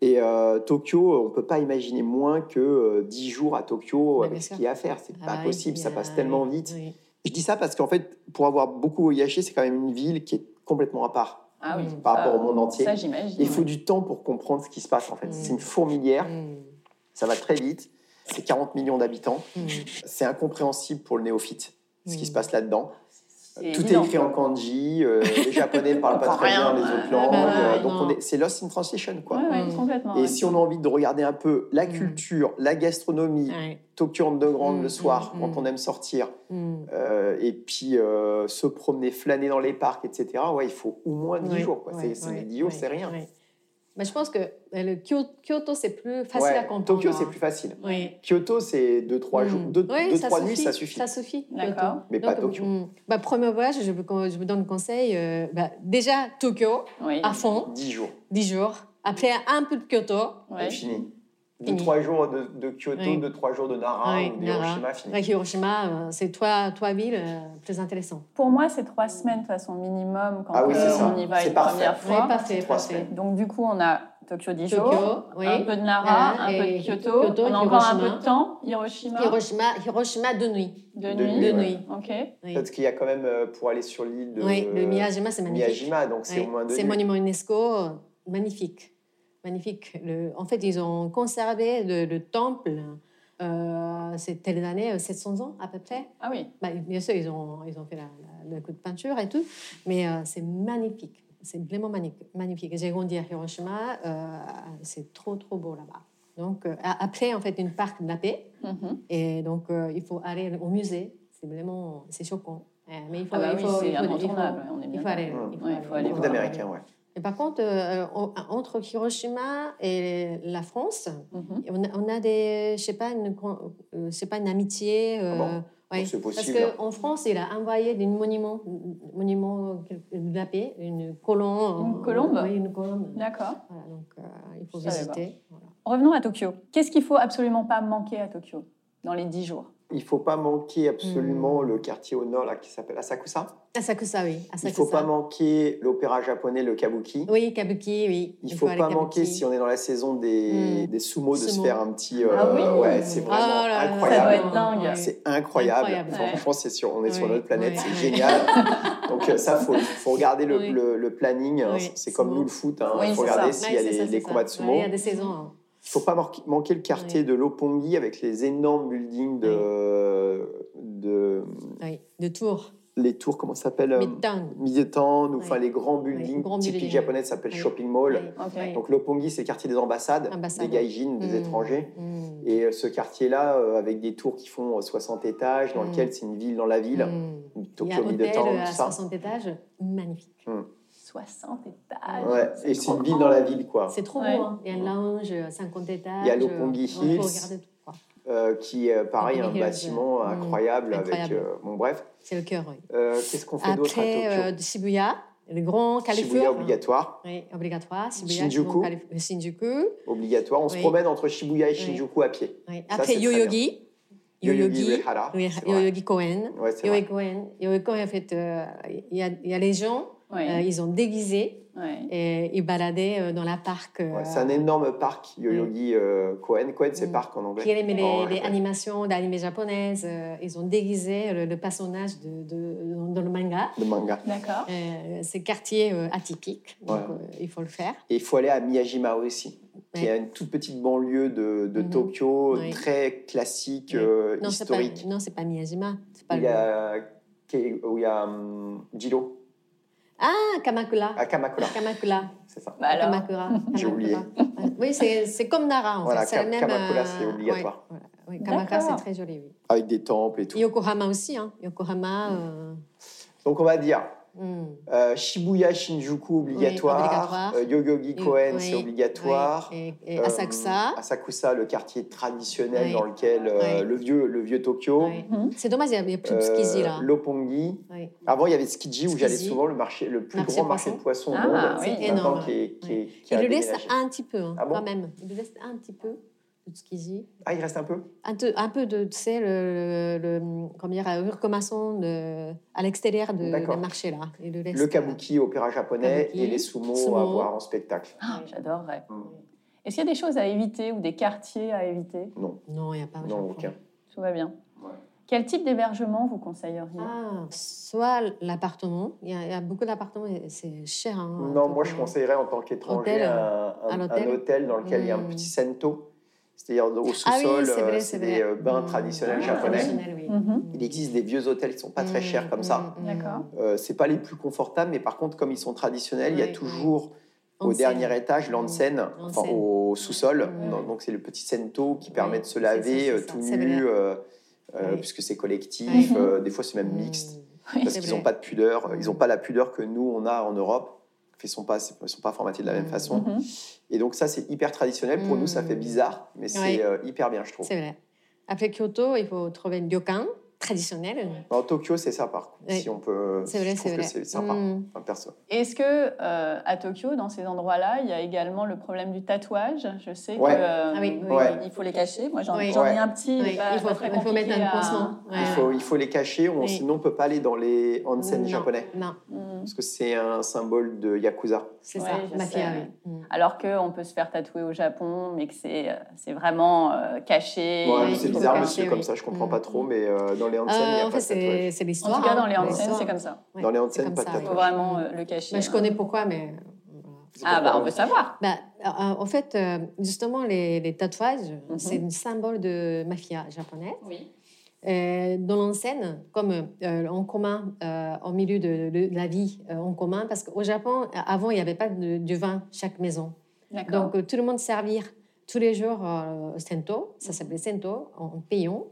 B: Et euh, Tokyo, on peut pas imaginer moins que euh, 10 jours à Tokyo
C: Mais bien
B: avec ce
C: sûr.
B: qu'il y a à faire. C'est
C: Ah
B: pas
C: bah oui,
B: possible,
C: il y
B: ça
C: a-
B: passe tellement vite.
C: oui.
B: Je dis ça parce qu'en fait, pour avoir beaucoup voyagé, c'est quand même une ville qui est complètement à part
A: Ah oui.
B: par
A: ça,
B: rapport au monde entier.
A: Ça, j'imagine.
B: Il faut du temps pour comprendre ce qui se passe en fait.
C: Mm.
B: C'est une fourmilière,
C: Mm,
B: ça va très vite. C'est 40 millions d'habitants.
C: mm.
B: C'est incompréhensible pour le néophyte ce qui
C: Mm.
B: se passe là-dedans. Tout
A: C'est
B: est
A: évident.
B: écrit en kanji, euh, les japonais ne parlent pas très
A: Rien.
B: bien les autres
A: Ah,
B: langues.
C: bah,
B: euh,
C: ouais,
B: donc
C: non.
B: on est- c'est Lost in Translation quoi.
A: Ouais, ouais,
C: Mm.
A: complètement.
B: Et
A: ouais.
B: si on a envie de regarder un peu la
C: Mm.
B: culture, la gastronomie,
A: Mm.
C: Ouais.
B: Tokyo Underground
C: Mm,
B: le soir
C: mm,
B: quand
C: mm.
B: on aime sortir,
C: Mm.
B: euh, et puis euh, se promener, flâner dans les parcs, etc. Ouais, il faut au moins 10
C: Ouais,
B: jours. Quoi.
C: ouais,
B: C'est- c'est-
C: ouais,
B: 10 jours,
C: ouais,
B: c'est rien.
C: ouais. Mais je pense que euh, le Kyo- Kyoto, c'est plus facile
B: Ouais,
C: à comprendre.
B: Tokyo, c'est plus facile.
C: Oui.
B: Kyoto, c'est 2-3
C: Mm.
B: jours. deux,
C: Ouais,
B: deux, trois nuits, ça suffit.
C: Ça suffit. Kyoto.
A: D'accord.
B: Mais pas Tokyo.
C: mm, bah, premier voyage, je vous, con- je vous donne conseil. euh, bah, déjà, Tokyo,
A: Oui.
C: à fond,
B: 10 jours.
C: 10 jours. Après, un peu de Kyoto.
A: Ouais.
B: Et fini.
C: Fini.
B: 2-3 jours de, de Kyoto,
C: Oui.
B: 2-3 jours de Nara
C: Ouais,
B: ou de
C: Nara.
B: Hiroshima, fini.
C: Ouais, Hiroshima, euh, c'est trois, trois villes euh, très intéressantes.
A: Pour moi, c'est trois semaines, de toute façon, minimum, quand
B: Ah oui,
A: euh,
C: c'est ça.
A: on y va
B: C'est
A: une
B: parfait.
A: première
C: Oui,
A: fois.
C: parfait,
B: trois
C: parfait.
B: semaines. Ah,
A: Donc, du coup, on a Tokyo 10 jours,
C: Tokyo, oui.
A: un peu de Nara,
C: Nara
A: un peu
C: et
A: de Kyoto.
C: Kyoto,
A: on a encore un peu
C: Hiroshima.
A: de temps. Hiroshima,
C: Hiroshima, Hiroshima de nuit.
A: de
B: De
A: nuit.
B: nuit,
C: De
B: ouais.
C: nuit.
A: Ok.
C: Oui,
B: Peut-être qu'il y a quand même, euh, pour aller sur l'île de euh,
C: Oui, le Miyajima, c'est magnifique.
B: Miyajima, donc c'est
C: Ouais,
B: au moins 2
C: C'est
B: nuits.
C: monument UNESCO, euh, magnifique. Magnifique. Le- en fait, ils ont conservé le, le temple, euh, c'est telle année, euh, 700 ans à peu près.
A: Ah oui.
C: Bah, bien sûr, ils ont, ils ont fait la, la- le coup de peinture et tout, mais euh, c'est magnifique. C'est vraiment magnifique. magnifique. J'ai grandi à Hiroshima, euh, c'est trop, trop beau là-bas. Donc, euh, a- après, en fait, une parc de la paix,
A: Mhm.
C: et donc euh, il faut aller au musée. C'est vraiment, c'est choquant. Euh, mais il faut,
A: Ah bah
C: il
A: oui,
C: faut- il
A: c'est
C: faut- il faut-
A: incontournable. On est
C: il
A: bien
C: faut aller.
A: d'accord.
C: il faut
A: Ouais, il
C: aller
A: faut aller
B: Beaucoup
A: voir.
B: d'Américains, ouais.
C: mais par contre, euh, en- entre Hiroshima et la France,
A: Mhm.
C: on a, on a des, je sais pas, une, con- euh, je sais pas, une amitié. euh,
B: Ah bon
C: ouais.
B: Donc c'est
C: Parce
B: possible.
C: qu'en France, il a envoyé des monuments, monument de la paix, une colombe.
A: Une colombe
C: Oui, une colombe.
A: D'accord.
C: Voilà, donc euh, il faut
A: Je savais pas.
C: visiter. Voilà.
A: Revenons à Tokyo. Qu'est-ce qu'il faut absolument pas manquer à Tokyo dans les 10 jours
B: Il faut pas manquer
C: Mm.
B: absolument le quartier au nord là, qui s'appelle Asakusa.
C: À Sakusa, oui. Ah, À
B: Il faut
C: Sakusa.
B: pas manquer l'opéra japonais, le kabuki.
C: Oui, Kabuki, oui.
B: Il faut,
C: aller
B: pas
C: Kabuki.
B: manquer, si on est dans la saison des,
C: Mm.
B: des sumo, de se
C: Sumo.
B: faire un petit. euh,
A: Ah oui
B: Ouais, c'est
C: Oh
B: vraiment
C: là là,
A: Ça doit
B: incroyable.
A: être dingue.
C: Ouais.
B: C'est incroyable.
C: Incroyable.
B: Franchement, c'est sur, on est sur
C: Ouais.
B: notre planète,
C: Ouais.
B: c'est
C: Ouais.
B: génial. Donc euh, ça, faut, faut regarder le,
C: Oui.
B: le- le planning. hein.
C: Oui,
B: C'est
C: sumo.
B: comme nous le foot. Il
A: Oui,
B: faut
A: c'est
B: regarder
A: ça.
B: s'il
C: Ouais,
B: y a
C: c'est
B: les,
C: ça, c'est
B: les
C: ça.
B: combats de sumo.
C: Ouais, Il y a des saisons. hein.
B: Il faut pas mar- manquer le quartier
C: Oui.
B: de Lopongi avec les énormes buildings de, de
C: Oui, de Tours,
B: les tours, comment ça s'appelle euh,
C: Midtown.
B: Midtown, ou enfin
C: Oui.
B: les grands buildings
C: grands
B: typiques
C: buildings,
B: japonais, ça s'appelle
C: Oui.
B: shopping mall.
A: Ok.
C: Oui.
B: Donc Lopongi, c'est le quartier des ambassades,
C: Ambassades.
B: des gaijins, des
C: Mm.
B: étrangers.
C: Mm.
B: Et euh, ce quartier-là, euh, avec des tours qui font euh, 60 étages, dans
C: Mm.
B: lequel c'est une ville dans la ville,
C: Mm. Il y a
B: Tokyo
C: hôtel euh,
B: Midtown,
C: à
B: tout ça.
C: 60 étages, magnifique.
A: 60 étages.
B: Ouais, et c'est une ville dans la ville, quoi,
C: C'est trop
A: Ouais.
C: beau. hein. Il y a un lounge à 50 étages. euh,
B: Il y a Lopongi
C: on peut
B: Hills.
C: regarder tout, quoi.
B: euh, qui est pareil, un
C: Lopongi Hills,
B: bâtiment
C: mm.
B: incroyable, avec...
C: Incroyable.
B: euh, bon, bref.
C: C'est le cœur, oui.
B: Euh, Qu'est-ce qu'on fait d'autre à Tokyo
C: Après, euh, de Shibuya, le grand Californie.
B: Shibuya obligatoire.
C: Oui, obligatoire. Shibuya,
B: Shinjuku.
C: grand Calif- Shinjuku.
B: obligatoire. On se
C: Oui.
B: promène entre Shibuya et
C: Oui.
B: Shinjuku à pied.
C: Oui.
B: Ça,
C: Après,
B: c'est très
C: Yoyogi.
B: Yoyogi
C: Yoyogi.
B: Uehara.
C: Oui,
B: c'est vrai.
C: Yoyogi Koen.
B: Ouais, c'est vrai.
C: Yoyogi Koen. Yoyogi Koen, en fait, euh, il y, a- il y a les gens
A: Oui.
C: Euh, ils ont déguisé
A: oui.
C: et ils baladaient euh, dans la parc. euh,
B: Ouais, c'est un énorme parc, Yoyogi euh, Koen. Koen, c'est
C: Mm.
B: parc en anglais.
C: Mmh. qui aimait les,
B: En
C: les
B: japonais.
C: animations d'animés japonaises. euh, ils ont déguisé le, le personnage de, de- dans- dans le manga.
B: de manga.
A: D'accord.
C: Euh, c'est quartier euh, atypique, donc
B: Ouais.
C: euh, il faut le faire.
B: Et il faut aller à Miyajima aussi, qui
C: Ouais.
B: est une toute petite banlieue de, de
C: Mhm.
B: Tokyo,
C: Oui.
B: très classique,
C: Oui.
B: euh,
C: Non, c'est pas,
B: historique.
C: non, c'est pas Miyajima. C'est pas
B: Il y
C: le-
B: a, Ke- où il y a hum, Jiro,
C: Ah, Kamakura.
B: à Kamakura,
C: Kamakura.
B: c'est ça.
A: Bah alors,
C: Kamakura.
B: J'ai oublié.
C: Kamakura. Ouais. Oui, c'est c'est comme Nara, en
B: Voilà,
C: fait. C'est
B: Ka-
C: le même,
B: Kamakura,
C: euh,
B: c'est obligatoire.
C: ouais, voilà. Oui, Kamakura,
A: D'accord.
C: c'est très joli, oui.
B: Avec des temples et tout.
C: Yokohama aussi, hein. Yokohama. euh,
B: Donc on va dire
C: hmm.
B: euh, Shibuya, Shinjuku obligatoire,
C: obligatoire.
B: euh, Yoyogi
C: Et-
B: Koen
C: oui,
B: c'est obligatoire.
C: Oui, et, et
B: Euh,
C: Asakusa.
B: Asakusa, le quartier traditionnel
C: Oui.
B: dans lequel euh,
C: Oui.
B: le vieux le vieux Tokyo.
C: Oui. C'est dommage, il n'y a plus de
B: euh,
C: Tsukiji, là.
B: Lopongi.
C: Oui.
B: Avant, il y avait Skiji où j'allais
C: Skiji.
B: souvent, le, marché, le plus
C: Marché
B: grand
C: de
B: marché de poissons au
A: Ah,
B: monde.
A: oui.
B: Maintenant,
C: Énorme.
B: Qui est- qui est- qui
C: Il
B: a
C: le laisse
B: déménagé.
C: un petit peu, hein,
B: Ah bon
C: quand même. Il le laisse un petit peu de Tsukiji.
B: Ah, il reste un peu
C: Un, te- un peu de, tu sais, le, le, le- comment dire, euh, recommençons de- à l'extérieur de-
B: D'accord.
C: du marché, là. Il le laisse.
B: Le kabuki, opéra japonais,
C: Kabuki,
B: et les sumo,
C: sumo.
B: à voir en spectacle.
A: Ah, J'adorerais.
B: Mm.
A: Est-ce qu'il y a des choses à éviter ou des quartiers à éviter
C: Non, il n'y a pas. au
B: Non,
C: Japon.
B: aucun.
A: Tout va bien.
B: Ouais.
A: Quel type d'hébergement vous conseilleriez
C: Ah, soit l'appartement. Il y, a il y a beaucoup d'appartements et c'est cher. hein,
B: non, moi,
C: un
B: je
C: appartement.
B: conseillerais en tant qu'étranger
C: Hôtel,
B: un, un-
C: un
B: un hôtel.
C: hôtel.
B: dans lequel il y a un
C: Mm.
B: petit sento, c'est-à-dire au
C: Ah oui,
B: sous-sol,
C: c'est
B: euh, c'est
C: vrai, c'est
B: des
C: vrai.
B: euh, bains
C: Mm.
B: traditionnels
A: Ah,
B: japonais.
C: Traditionnel, oui.
A: Mhm.
B: Il existe des vieux hôtels qui sont pas très
C: Mm,
B: chers comme
C: mm,
B: ça.
C: mm.
A: D'accord.
B: Euh, c'est pas les plus confortables, mais par contre, comme ils sont traditionnels, il y a
C: Oui,
B: toujours
C: En
B: au
C: scène.
B: dernier étage l'ansen, enfin
C: L'onsen.
B: au sous-sol.
C: Mm.
B: Donc, Donc c'est le petit sento qui permet
C: Oui,
B: de se
C: c'est
B: laver
C: ça,
B: euh,
C: c'est ça,
B: tout
C: c'est
B: nu,
C: vrai.
B: euh, euh,
C: Oui.
B: puisque c'est collectif.
A: Oui.
B: euh, des fois c'est même
C: Mm.
B: mixte
A: Oui,
B: parce
C: c'est
B: qu'ils
C: vrai.
B: n'ont pas de pudeur. euh,
C: Mm.
B: Ils n'ont pas la pudeur que nous on a en Europe. Ils sont pas, ils sont pas formatés de la même
C: Mm.
B: façon.
A: Mhm.
B: Et donc ça c'est hyper traditionnel. Pour nous ça
C: Mm.
B: fait bizarre, mais c'est
C: Oui.
B: euh, hyper bien je trouve.
C: C'est vrai. Après Kyoto, il faut trouver un ryokan traditionnel.
B: En Tokyo c'est ça par contre.
C: Oui.
B: Si on peut,
C: C'est vrai,
B: je trouve
C: c'est
B: que
C: vrai.
B: c'est sympa.
C: Mm.
B: Enfin, perso.
A: Est-ce que euh, à Tokyo, dans ces endroits-là, il y a également le problème du tatouage Je sais
B: Ouais.
A: que euh,
C: Ah oui, oui,
B: Ouais.
A: il faut les cacher. Moi, j'en
C: Oui.
A: j'en ai
B: Ouais.
A: un petit.
C: Oui,
A: mais pas-
C: il faut,
A: pas très
C: il faut mettre
A: compliqué
C: un
A: à-
C: pansement.
B: Il
C: Ouais.
B: faut, il faut les cacher, on-
C: Oui.
B: sinon on peut pas aller dans les onsen
C: Non,
B: japonais.
C: Non,
A: Mm.
B: Parce que c'est un symbole de Yakuza.
C: c'est
A: Ouais, je
C: ça, ma fille,
A: sais.
C: oui. Mm.
A: Alors qu'on peut se faire tatouer au Japon, mais que c'est euh, c'est vraiment euh, caché.
B: Bon,
C: oui,
B: c'est
C: il faut
B: bizarre,
C: cacher,
B: monsieur, comme
C: oui.
B: ça, je comprends
C: Mm.
B: pas trop, mais euh, dans les onsen, il n'y
C: Euh,
B: a
C: en
B: pas
C: fait,
B: de tatouage.
C: c'est c'est
A: En
C: l'histoire.
A: tout cas, dans
C: hein.
A: les onsen,
C: L'histoire.
A: c'est comme ça.
C: Ouais,
B: Dans les
C: c'est
B: onsen,
C: comme
B: pas de
C: ça,
A: Il
C: Ah oui.
A: faut
B: tatouage.
A: vraiment euh, le cacher.
C: Mais je connais pourquoi, mais.
B: C'est
A: Ah
B: pourquoi
A: bah, on peut savoir.
C: Bah, euh, en fait, euh, justement, les, les tatouages,
A: Mhm.
C: c'est un symbole de mafia japonaise.
A: Oui.
C: Euh, dans l'enseigne, comme euh, en commun, euh, au milieu de, de- de la vie euh, en commun, parce qu'au Japon, euh, avant, il n'y avait pas de, du vin chaque maison.
A: D'accord.
C: Donc, euh, tout le monde servir tous les jours euh, au sento,
A: Mhm.
C: ça s'appelait sento, en, en payant.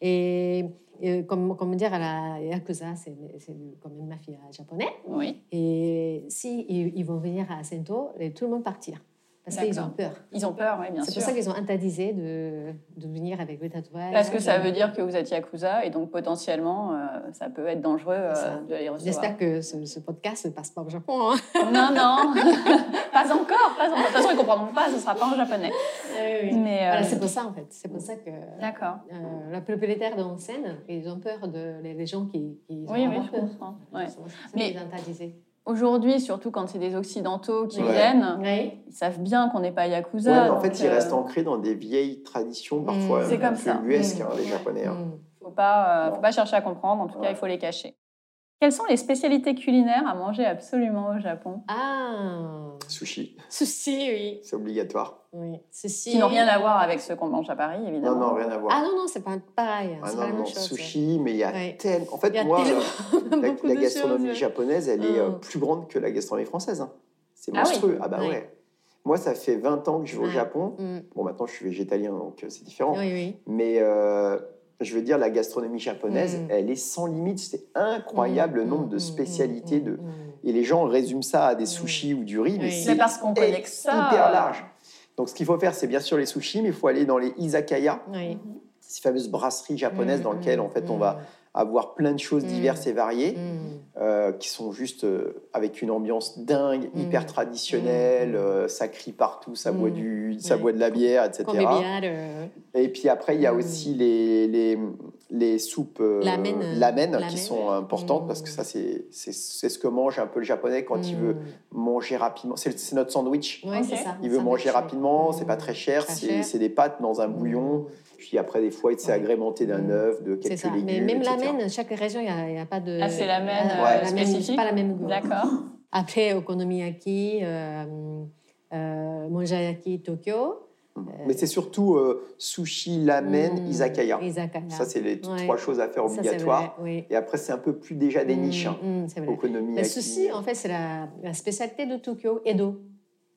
C: Et euh, comme, comme dire à la Yakuza, c'est c'est comme une mafia japonaise.
A: Oui.
C: Et si ils, ils vont venir à Sento, et tout le monde partir. Parce qu'ils
A: D'accord.
C: ont peur.
A: Ils ont peur, oui, bien
C: C'est pour
A: sûr.
C: ça qu'ils ont interdisé de, de venir avec le tatouage.
A: Parce que ça veut dire que vous êtes yakuza et donc potentiellement euh, ça peut être dangereux euh,
C: C'est ça.
A: de les recevoir.
C: J'espère que ce, ce podcast ne passe pas au Japon. hein.
A: Non, non, pas encore, pas encore. De toute façon, ils comprendront pas, ce sera pas en japonais. Mais euh,
C: Voilà, c'est pour ça, en fait. C'est pour ça que
A: d'accord.
C: euh, la propriétaire d'Onsen, ils ont peur de les, les gens qui, qui ont
A: Oui, oui,
C: vraiment
A: je
C: peur.
A: comprends. ouais.
C: C'est pour ça
A: Mais-
C: qu'ils ont interdisé.
A: Aujourd'hui, surtout quand c'est des occidentaux qui
B: Ouais.
A: viennent,
C: Oui.
A: ils savent bien qu'on n'est pas yakuza.
B: Ouais, mais en
A: donc,
B: fait, ils
A: euh,
B: restent ancrés dans des vieilles traditions, parfois
C: Mm.
B: un
A: C'est
B: peu
A: comme ça.
B: plus luesques,
C: Mm.
B: hein, les japonais. hein.
C: Mm.
A: Faut pas, euh,
B: Non.
A: faut pas chercher à comprendre. En tout cas,
B: Ouais.
A: il faut les cacher. Quelles sont les spécialités culinaires à manger absolument au Japon
C: Ah,
B: Sushi,
C: ceci, oui.
B: c'est obligatoire.
C: oui. Ceci.
A: Qui n'ont rien à voir avec ce qu'on mange à Paris, évidemment.
B: Non, non, rien à voir.
C: Ah non, non, c'est pas pareil. hein,
B: Ah
C: c'est
B: non,
C: pas la
B: non,
C: même chose.
B: sushi, mais il y a
C: Ouais.
B: tellement. En
C: Il y
B: fait,
C: a
B: moi,
C: tellement-
B: euh, la,
C: Beaucoup
B: la
C: de
B: gastronomie
C: choses.
B: japonaise, elle est euh,
C: Mm.
B: plus grande que la gastronomie française. hein. C'est
A: Ah oui.
B: monstrueux. Ah, bah
C: Oui.
B: ouais. Moi, ça fait 20 ans que je vais au
C: Ouais.
B: Japon.
C: Mm.
B: Bon, maintenant, je suis végétalien, donc euh, c'est différent.
C: Oui, oui.
B: Mais euh, je veux dire, la gastronomie japonaise,
C: Mm.
B: elle est sans limite. C'est incroyable le
C: Mm,
B: nombre
C: mm,
B: de
C: mm,
B: spécialités.
C: mm,
B: de...
C: mm.
B: Et les gens résument ça à des sushis ou du riz, mais
C: Oui.
A: C'est
B: c'est
A: parce qu'on connaît que ça.
B: hyper large. Donc, ce qu'il faut faire, c'est bien sûr les sushis, mais il faut aller dans les izakaya,
C: Oui.
B: ces fameuses brasseries japonaises
C: Mm,
B: dans
C: mm,
B: lesquelles, en fait, on
C: mm,
B: va avoir plein de choses
C: Mm.
B: diverses et variées,
C: mm.
B: euh, qui sont juste euh, avec une ambiance dingue,
C: Mm.
B: hyper traditionnelle,
C: Mm.
B: euh, ça crie partout, ça
C: Mm.
B: boit du, ça
C: Oui.
B: boit de la bière, etc.
C: Comme les bières, euh,
B: Et puis après, il y a
C: Mm.
B: aussi les, les, les soupes euh,
C: Ramen, euh,
B: ramen
C: ramen,
B: qui sont importantes
C: Mm.
B: parce que ça, c'est c'est- c'est ce que mange un peu le japonais quand il
C: Mm.
B: veut manger rapidement. C'est c'est notre sandwich.
C: Ouais,
A: Ok.
C: c'est ça.
B: Il veut
C: Ça
B: manger
C: marche.
B: rapidement,
C: Mm.
B: c'est pas très cher,
C: Pas
B: c'est
C: cher. Hmm.
B: c'est des pâtes dans un bouillon. Puis après, des fois, il s'est
C: Ouais.
B: agrémenté d'un
C: Mm.
B: œuf, de
C: C'est
B: quelques
C: ça.
B: légumes.
C: Mais même
B: etc.
C: la mène, chaque région, il n'y a, pas de.
A: Ah, c'est la mène,
C: euh,
B: euh,
C: la même-
A: spécifique
C: Pas la même goût.
A: D'accord.
C: Après, okonomiyaki, euh, euh, monjayaki, Tokyo.
B: Hmm. Mais c'est surtout euh, sushi, ramen,
C: Mm,
B: izakaya.
C: Izakaya.
B: Ça, c'est les t-
C: Ouais.
B: trois choses à faire
C: Ça, c'est
B: obligatoires.
C: vrai, oui.
B: Et après, c'est un peu plus déjà des niches. hein.
C: Mm, mm, c'est vrai.
B: Okonomiyaki.
C: Le sushi, en fait, c'est la, la spécialité de Tokyo, Edo.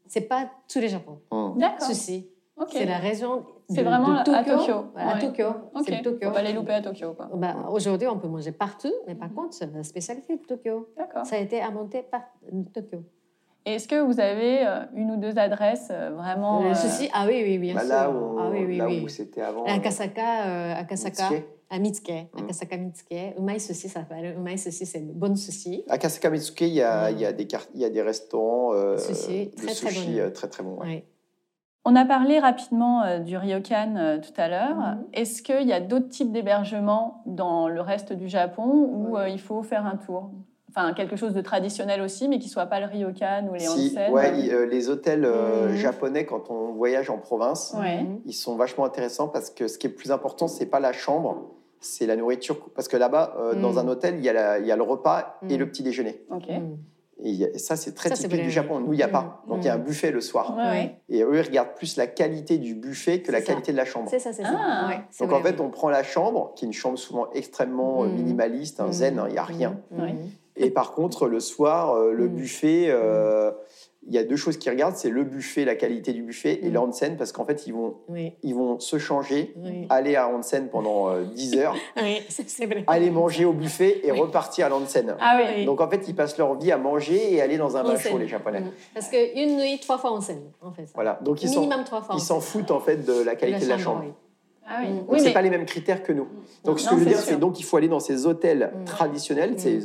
C: C'est pas tous les Japon.
B: Mm.
A: D'accord.
C: Sushi,
A: Ok.
C: c'est la région. de-
A: C'est vraiment
C: de
A: à
C: Tokyo.
A: Tokyo,
C: À
A: ouais.
C: Tokyo.
A: Ok.
C: C'est Tokyo.
A: On va les louper à Tokyo, quoi.
C: Bah, Aujourd'hui, on peut manger partout, mais par contre, c'est la spécialité de Tokyo.
A: D'accord.
C: Ça a été inventé par Tokyo.
A: Et Est-ce que vous avez euh, une ou deux adresses euh, vraiment
C: Le
A: euh,
C: sushi, ah oui, oui, bien
B: Bah,
C: sûr.
B: là où,
C: ah oui, oui,
B: là
C: oui.
B: où c'était avant.
C: À
B: euh,
C: Akasaka, euh, Akasaka,
B: Mitsuke.
C: à Mitsuke,
B: Mm.
C: Akasaka Mitsuke. Umai sushi, ça s'appelle. Umai sushi, c'est le bon sushi.
B: À Kasakamitsuke, il y a,
C: Mm.
B: il y a des quart- il y a des restaurants euh,
C: Sushi,
B: de
C: très, très
B: sushi
C: bon.
B: euh, très très bons. ouais.
C: Ouais.
A: On a parlé rapidement euh, du ryokan euh, tout à l'heure.
C: Mhm.
A: Est-ce qu'il y a d'autres types d'hébergements dans le reste du Japon où
C: Oui.
A: euh, il faut faire un tour Enfin, quelque chose de traditionnel aussi, mais qui soit pas le ryokan ou les
B: Si,
A: onsen.
C: Ah
B: ouais, il- euh, les hôtels euh,
C: Mm.
B: japonais, quand on voyage en province,
A: Ouais.
C: Mm.
B: ils sont vachement intéressants parce que ce qui est plus important, c'est pas la chambre, c'est la nourriture. Parce que là-bas, euh,
C: Mm.
B: dans un hôtel, il y, a la- il y a le repas et
C: Mm.
B: le petit déjeuner.
A: Ok.
C: Mm.
B: Et il y a- et ça, c'est très
C: Ça, c'est
B: typique
C: vrai,
B: du
C: oui.
B: Japon. Nous, il n'y a
C: Mm.
B: pas. Donc, il y a un
C: Mm.
B: buffet le soir.
A: Ouais, ouais.
B: Et eux, ils regardent plus la qualité du buffet que la
C: C'est ça.
B: qualité de la chambre.
C: C'est ça, c'est
A: Ah.
C: ça. Ouais, c'est
B: Donc, en
C: vrai,
B: fait, on prend la chambre, qui est une chambre souvent extrêmement euh,
C: Mm.
B: minimaliste, hein,
C: Mm.
B: zen, hein, il n'y a
C: Mm.
B: rien.
C: Mm.
A: Ouais.
B: Et par contre, le soir, euh, le
C: Mm.
B: buffet, euh, il y a deux choses qu'ils regardent, c'est le buffet, la qualité du buffet, et
C: Mm.
B: l'onsen, parce qu'en fait, ils vont,
C: Oui,
B: ils vont se changer,
A: Mm.
C: oui.
B: aller à onsen pendant euh, 10 heures,
C: Oui, c'est c'est vrai.
B: aller manger au buffet et
C: Oui.
B: repartir à l'onsen.
A: Ah oui.
B: Donc en fait, ils passent leur vie à manger et aller dans un bain
C: Onsen.
B: chaud, les Japonais.
C: Mm. Parce qu'une nuit, trois fois en scène, en fait. ça.
B: Voilà. Donc ils s'en-
C: Minimum trois fois. en
B: ils s'en foutent en fait de la qualité de la chambre.
C: oui.
A: Ah oui.
C: Mm.
B: Donc,
A: Oui,
B: c'est
A: mais
B: pas les mêmes critères que nous. Donc, ce que
A: Non,
B: je veux
A: c'est
B: dire,
A: sûr.
B: c'est donc il faut aller dans ces hôtels
C: Mm.
B: traditionnels.
C: Mm.
B: C'est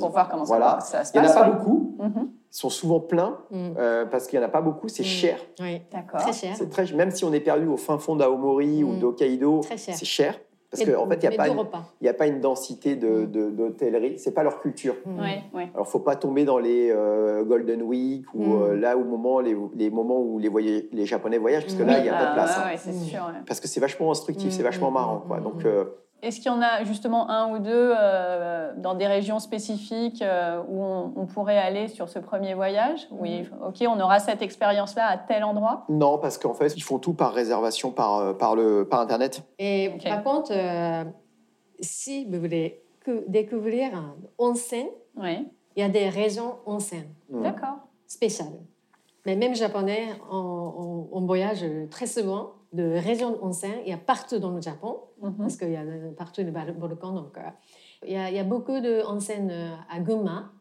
A: pour voir comment ça-
B: Voilà.
A: ça, se
B: Il n'y en
A: passe.
B: a pas
A: quoi.
B: beaucoup.
A: Mhm.
B: Ils sont souvent pleins
C: Mm.
B: euh, parce qu'il n'y en a pas beaucoup. C'est
C: Mm.
B: cher.
C: Oui,
A: D'accord.
C: très cher.
B: C'est très même si on est perdu au fin fond d'Aomori ou
C: Mm.
B: d'Hokkaido,
C: Très cher.
B: c'est cher parce
C: Mais-
B: qu'en fait il n'y
C: mais
B: a pas
C: deux
B: une-
C: repas.
B: il y a pas une densité de
C: Mm.
B: de- d'hôtellerie. C'est pas leur culture.
C: Mm.
A: Oui, oui.
B: Alors, faut pas tomber dans les euh, Golden Week ou
C: Mm.
B: euh, là au moment les, les moments où les, voy- les Japonais voyagent, parce que
C: Mm.
B: là il y a pas
A: Ah,
B: de place.
A: ouais,
B: hein.
A: ouais, c'est
C: Mm.
A: sûr. ouais.
B: Parce que c'est vachement instructif,
C: Mm,
B: c'est vachement
C: mm,
B: marrant,
C: mm,
B: quoi.
C: mm,
B: Donc
C: mm.
B: euh,
A: Est-ce qu'il y en a justement un ou deux euh, dans des régions spécifiques euh, où on, on pourrait aller sur ce premier voyage Oui, ok, on aura cette expérience-là à tel endroit.
B: non, parce qu'en fait ils font tout par réservation, par euh, par le par internet.
C: Et
A: Ok.
C: par contre, euh, si vous voulez que- découvrir un onsen,
A: Oui,
C: il y a des régions onsen
B: Mm.
A: d'accord.
C: spéciales. Mais même japonais, on, on- on voyage très souvent de régions onsen. Il y a partout dans le Japon,
A: Mhm.
C: parce qu'il y a euh, partout le Bal- Balkan. Donc, euh, il, y a, il y a beaucoup de onsen euh, à Gunma,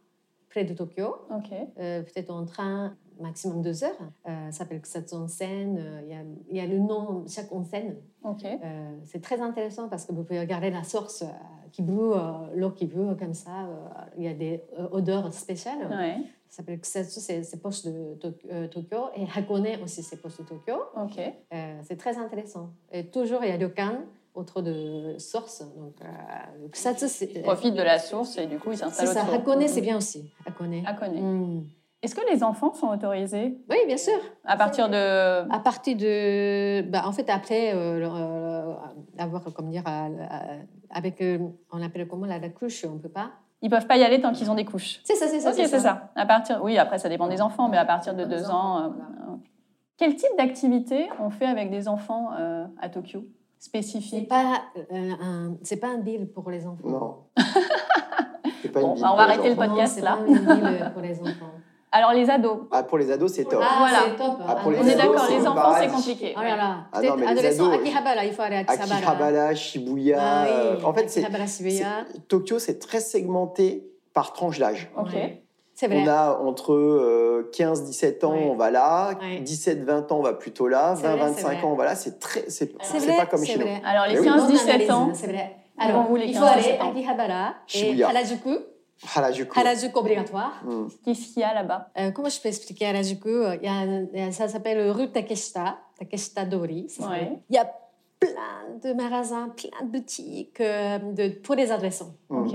C: près de Tokyo.
A: Ok.
C: Euh, peut-être en train, maximum deux heures. Euh, ça s'appelle Kusatsu Onsen. Euh, Il y a- il y, a le nom, chaque onsen.
A: Ok.
C: Euh, c'est très intéressant parce que vous pouvez regarder la source euh, qui boue, euh, l'eau qui boue comme ça. euh, Il y a des euh, odeurs spéciales.
A: Ouais.
C: Ça s'appelle Kusatsu, c'est c'est proche de Tok- euh, Tokyo. Et Hakone aussi, c'est proche de Tokyo.
A: Ok.
C: Euh, c'est très intéressant. Et toujours, il y a Ryokan, autre de source. Donc, euh, Kusatsu, c'est...
A: Ils profitent de la source et du coup ils
C: C'est
A: s'installent.
C: ça,
A: autour. Mhm.
C: Hakone, c'est bien aussi. Hakone.
A: Hakone.
C: Mm.
A: Est-ce que les enfants sont autorisés
C: Oui, bien sûr.
A: à partir de
C: À partir de, bah, en fait, après euh, le- euh, avoir, comme dire, à- à- avec, euh, on appelle comment la, la couche, on peut pas.
A: Ils peuvent pas y aller tant qu'ils ont des couches.
C: C'est ça, c'est ça.
A: ok, c'est ça. À partir, oui, après ça dépend des enfants, mais à partir de
C: Des
A: deux
C: enfants,
A: ans. euh, euh, Quel type d'activité on fait avec des enfants euh, à Tokyo
C: C'est
A: spécifique
C: pas euh, un, c'est pas un deal pour les enfants.
B: Non. C'est pas une
A: Bon,
B: vie
A: bah, on
B: pour
A: va
B: les
A: arrêter le
B: enfants.
C: Non,
A: podcast,
C: c'est
A: là.
C: pas un deal pour les enfants.
A: Alors les ados,
B: Ah, pour les ados, c'est top.
A: Ah, voilà.
C: c'est top.
B: Ah, pour les
A: on est
B: ados,
A: d'accord,
B: c'est
A: les
B: le
A: enfants c'est
B: paradis.
A: compliqué.
C: Oh là là.
B: Ah non,
C: Peut-être
B: mais les
C: adolescent,
B: ados,
C: Akihabara, il faut aller à Akihabara.
B: Akihabara, Shibuya.
C: Ah oui,
B: euh, en fait, c'est
C: Akihabara, Shibuya.
B: Tokyo, c'est très segmenté par tranche d'âge.
A: Ok.
C: Ouais. C'est vrai.
B: On a entre 15-17 ans,
C: Ouais.
B: on va là,
C: Ouais.
B: 17-20 ans, on va plutôt là,
C: C'est vrai, c'est
B: 20-25
C: vrai.
B: ans, on va là. C'est très, c'est
C: C'est
B: c'est
C: vrai,
B: pas comme
C: c'est
B: chez nous.
C: vrai. Ah,
A: Alors les
B: Eh oui.
A: 15-17 ans,
C: C'est vrai.
A: Ils vont
C: Alors,
A: où, les
C: il faut aller
A: 15-17
C: à
A: ans
C: Akihabara et
B: Shibuya.
C: Harajuku.
B: Harajuku.
C: Harajuku obligatoire.
B: Mm.
A: qu'est-ce qu'il y a là-bas
C: Euh, comment je peux expliquer Harajuku Il y a un- il y a- Ça s'appelle rue Takeshita, Takeshita Dori. ça s'appelle.
A: Ouais.
C: Il y a plein de magasins, plein de boutiques euh, de, pour les adolescents.
B: mm,
A: Ok.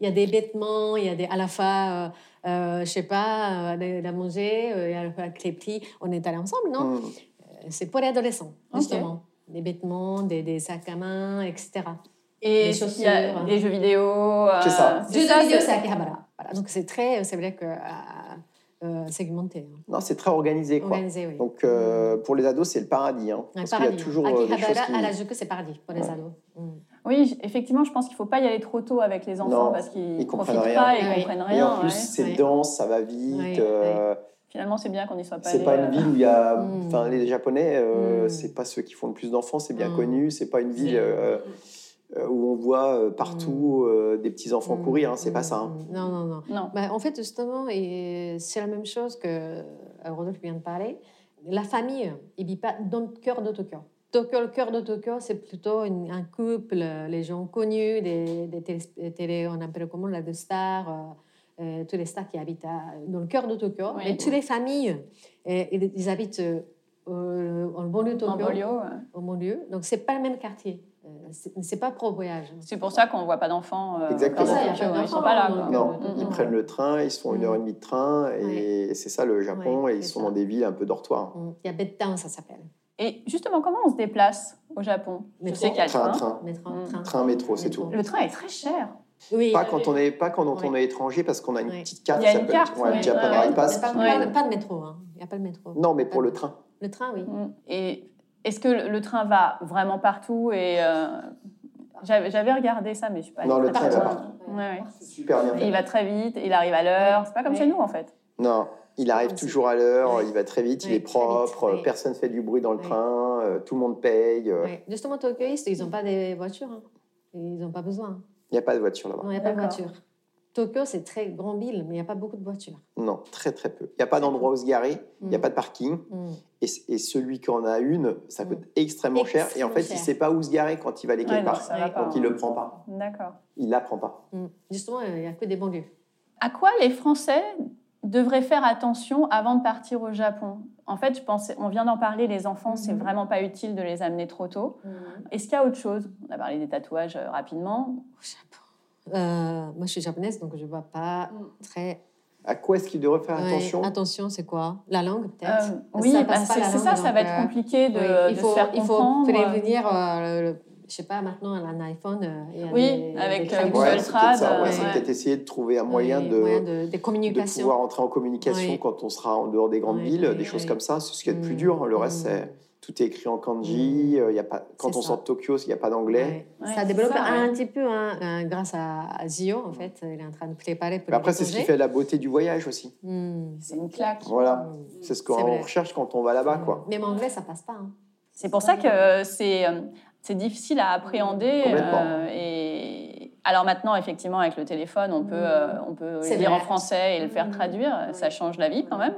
C: Il y a des vêtements, il y a des à la fois, euh, euh, je sais pas, euh, de- de la manger, euh, et à la fois avec les petits, on est allés ensemble, non
B: Mmh.
C: C'est pour les adolescents,
A: Ok.
C: justement. Des vêtements, des, des sacs à main, etc.
A: Et
C: Des
A: il y a
C: chaussures.
A: des jeux vidéo. euh,
B: C'est ça.
C: Jeux de
A: ça,
C: vidéo,
A: c'est-
C: c'est à Akihabara. Voilà. Donc c'est très, c'est vrai que euh, euh, segmenté, hein.
B: Non, c'est très organisé. Quoi.
C: organisé, oui.
B: Donc euh, pour les ados, c'est le paradis. Hein,
C: Un
B: parce qu'il y a
C: paradis.
B: toujours euh, des choses
C: Akihabara
B: qui...
C: à la Juku, c'est paradis pour les
B: Ouais.
C: ados. Mm.
A: Oui, j- effectivement, je pense qu'il ne faut pas y aller trop tôt avec les enfants
B: Non,
A: parce qu'ils
B: ils comprennent
A: profitent
B: rien.
A: pas, ils
C: Ah oui.
A: comprennent
B: Et
A: rien.
B: en plus,
A: ouais.
B: c'est
C: ouais.
B: dense, ça va vite.
C: Ouais,
B: euh,
A: Finalement, c'est bien qu'on n'y soit pas
B: C'est
A: allé,
B: pas
A: euh,
B: une ville où il y a.
C: Mm.
B: Enfin, les Japonais, euh,
C: Mm.
B: c'est pas ceux qui font le plus d'enfants, c'est bien
C: Mm.
B: connu. C'est pas une ville euh, euh, où on voit euh, partout euh, des petits enfants
C: Mm.
B: courir, hein, c'est pas
C: Mm.
B: ça. hein.
C: Non, non, non.
A: Non.
C: Bah, en fait, justement, et c'est la même chose que euh, Rodolphe vient de parler. La famille, il ne vit pas dans le cœur de Tokyo. Tokyo, le cœur de Tokyo, c'est plutôt une- un couple, euh, les gens connus, des, des télé, des télé- on appelle comment, là, de stars, euh, euh, tous les stars qui habitent à- dans le cœur de Tokyo.
A: Oui.
C: Et toutes les familles, et- et ils habitent euh, euh, en banlieue de Tokyo,
A: En banlieue, ouais.
C: au banlieue. Donc, c'est pas le même quartier. Euh, c'est- C'est pas pro voyage.
A: C'est pour ça qu'on voit pas d'enfants. euh,
B: Exactement.
A: dans
B: Pour
C: ça,
A: les
C: y a
A: quartiers,
C: pas
A: ouais, Ils
C: d'enfants hein, euh,
A: sont pas là.
C: dans
A: quoi.
B: Non,
C: le-
A: Mm,
B: ils
C: Hmm.
A: mm.
B: prennent le train, ils se font une
C: Mm.
B: heure et demie de train, et c'est ça le Japon,
C: Ouais,
B: et ils
C: c'est
B: sont
C: ça.
B: dans des villes un peu dortoirs.
C: Mm. Il y a Bedtown, ça s'appelle.
A: Et justement, comment on se déplace au Japon Je
C: Métro.
A: sais qu'il y a le
B: Train,
A: train.
B: train.
C: Mettre un
A: Mm.
C: train.
B: Train, métro, c'est tout.
A: Le train est très cher.
C: Oui.
B: Pas quand on est, pas quand on
C: Ouais.
B: est étranger, parce qu'on a une
C: Ouais.
B: petite carte,
A: Il y a
B: ça
A: une
B: peut
A: carte,
B: être ouais,
A: ouais.
B: Japan
A: Ouais.
B: Rail
C: Il
B: Pass.
C: n'y a pas,
A: Ouais.
C: pas de- pas de métro. hein. Il n'y a pas de métro.
B: Non, mais pour le train.
C: Le train, oui.
A: Mm. Et est-ce que le le train va vraiment partout et euh, j'avais j'avais regardé ça, mais je suis pas.
B: Non,
A: allée
B: le
A: très
B: train va
A: loin.
C: partout.
A: Ouais, ouais.
B: Super bien
A: Et
B: fait.
A: Il va très vite, il arrive à l'heure. C'est pas comme
C: Ouais.
A: chez nous en fait.
B: Non, il arrive
C: Comme ça.
B: toujours à l'heure,
C: Ah, Ouais.
B: il va très vite, il
C: Ouais,
B: est
C: très vite,
B: propre,
C: ouais.
B: personne fait du bruit dans le
C: Ouais.
B: train, euh, tout le monde paye, euh, il
C: Ouais. Justement, Tokyoistes, ils n'ont pas des voitures. hein. Ils n'ont pas besoin.
B: n'y a pas de voiture là-bas.
C: Non, il n'y a pas de
A: D'accord.
C: voiture. Tokyo, c'est très grande ville, mais il n'y a pas beaucoup de voitures.
B: Non, très très peu. Il n'y a pas d'endroit où se garer, il n'y a
C: Mm.
B: pas de parking,
C: Mm.
B: et, c- et celui qui en a une, ça coûte extrêmement cher, et en
C: Extrêmement
B: fait, il ne
C: cher.
B: sait pas où se garer quand il va aller
A: Ouais,
B: quelque
A: non,
B: part.
A: ça va
C: Ouais.
A: pas,
B: Donc il ne le prend pas,
A: D'accord.
B: il ne l'apprend pas.
C: Mm. Justement, euh, il n'y a que des banlieues.
A: À quoi les Français devraient faire attention avant de partir au Japon En fait, je pense, on vient d'en parler, les enfants, c'est
C: Mhm.
A: vraiment pas utile de les amener trop tôt. Est-ce qu'il y a autre chose On a parlé des tatouages euh, rapidement.
C: Au Japon. Euh, moi, je suis japonaise, donc je ne vois pas
A: Mm.
C: très.
B: À quoi est-ce qu'il devrait faire
C: Ouais,
B: attention
C: Attention, c'est quoi La langue, peut-être
A: Euh,
C: Ça
A: oui,
C: passe
A: bah,
C: pas
A: c'est
C: la
A: c'est
C: langue,
A: ça, ça
C: donc,
A: va être
C: euh,
A: compliqué de,
C: Oui,
A: de
C: il faut,
A: se faire
C: il faut
A: comprendre.
C: prévenir, euh, le- le- je sais pas, maintenant, elle a un iPhone. euh, il y a
A: Oui,
C: des-
A: avec,
C: des
A: euh,
C: traductions.
A: Google
B: c'est
A: Trad,
B: peut-être ça, ouais,
C: euh,
B: c'est
C: ouais.
B: peut-être essayer de trouver un
C: Oui,
B: moyen de,
C: moyen de, des
B: de
C: communications.
B: pouvoir entrer en communication
C: Oui.
B: quand on sera en dehors des grandes
C: Oui,
B: villes,
C: oui,
B: des choses
C: oui.
B: comme ça, c'est ce qui est le plus
C: Mm.
B: dur, hein, le reste
C: Mm.
B: c'est... Tout est écrit en kanji. euh, il y a pas... Quand
C: C'est
B: on
C: ça.
B: sort de Tokyo, il n'y a pas d'anglais.
C: Ouais.
A: Ouais,
C: ça
A: c'est
C: développe
A: ça,
C: un petit peu hein, euh, grâce à, à Zio, en fait. Il est en train de préparer pour
B: Mais Après, c'est ce qui
C: l'étranger.
B: fait la beauté du voyage aussi.
C: Hmm.
A: C'est une claque.
B: Voilà. C'est ce
C: C'est
B: qu'on
C: vrai.
B: recherche quand on va là-bas. Quoi.
C: Mais Mm. en anglais, ça passe pas. hein.
A: C'est pour ça que euh, c'est euh, c'est difficile à appréhender.
B: Complètement.
A: euh, et alors maintenant, effectivement, avec le téléphone, on peut euh, on peut
C: C'est
A: le lire
C: vrai.
A: en français et le faire
C: Mm.
A: traduire.
C: Oui.
A: Ça change la vie quand même.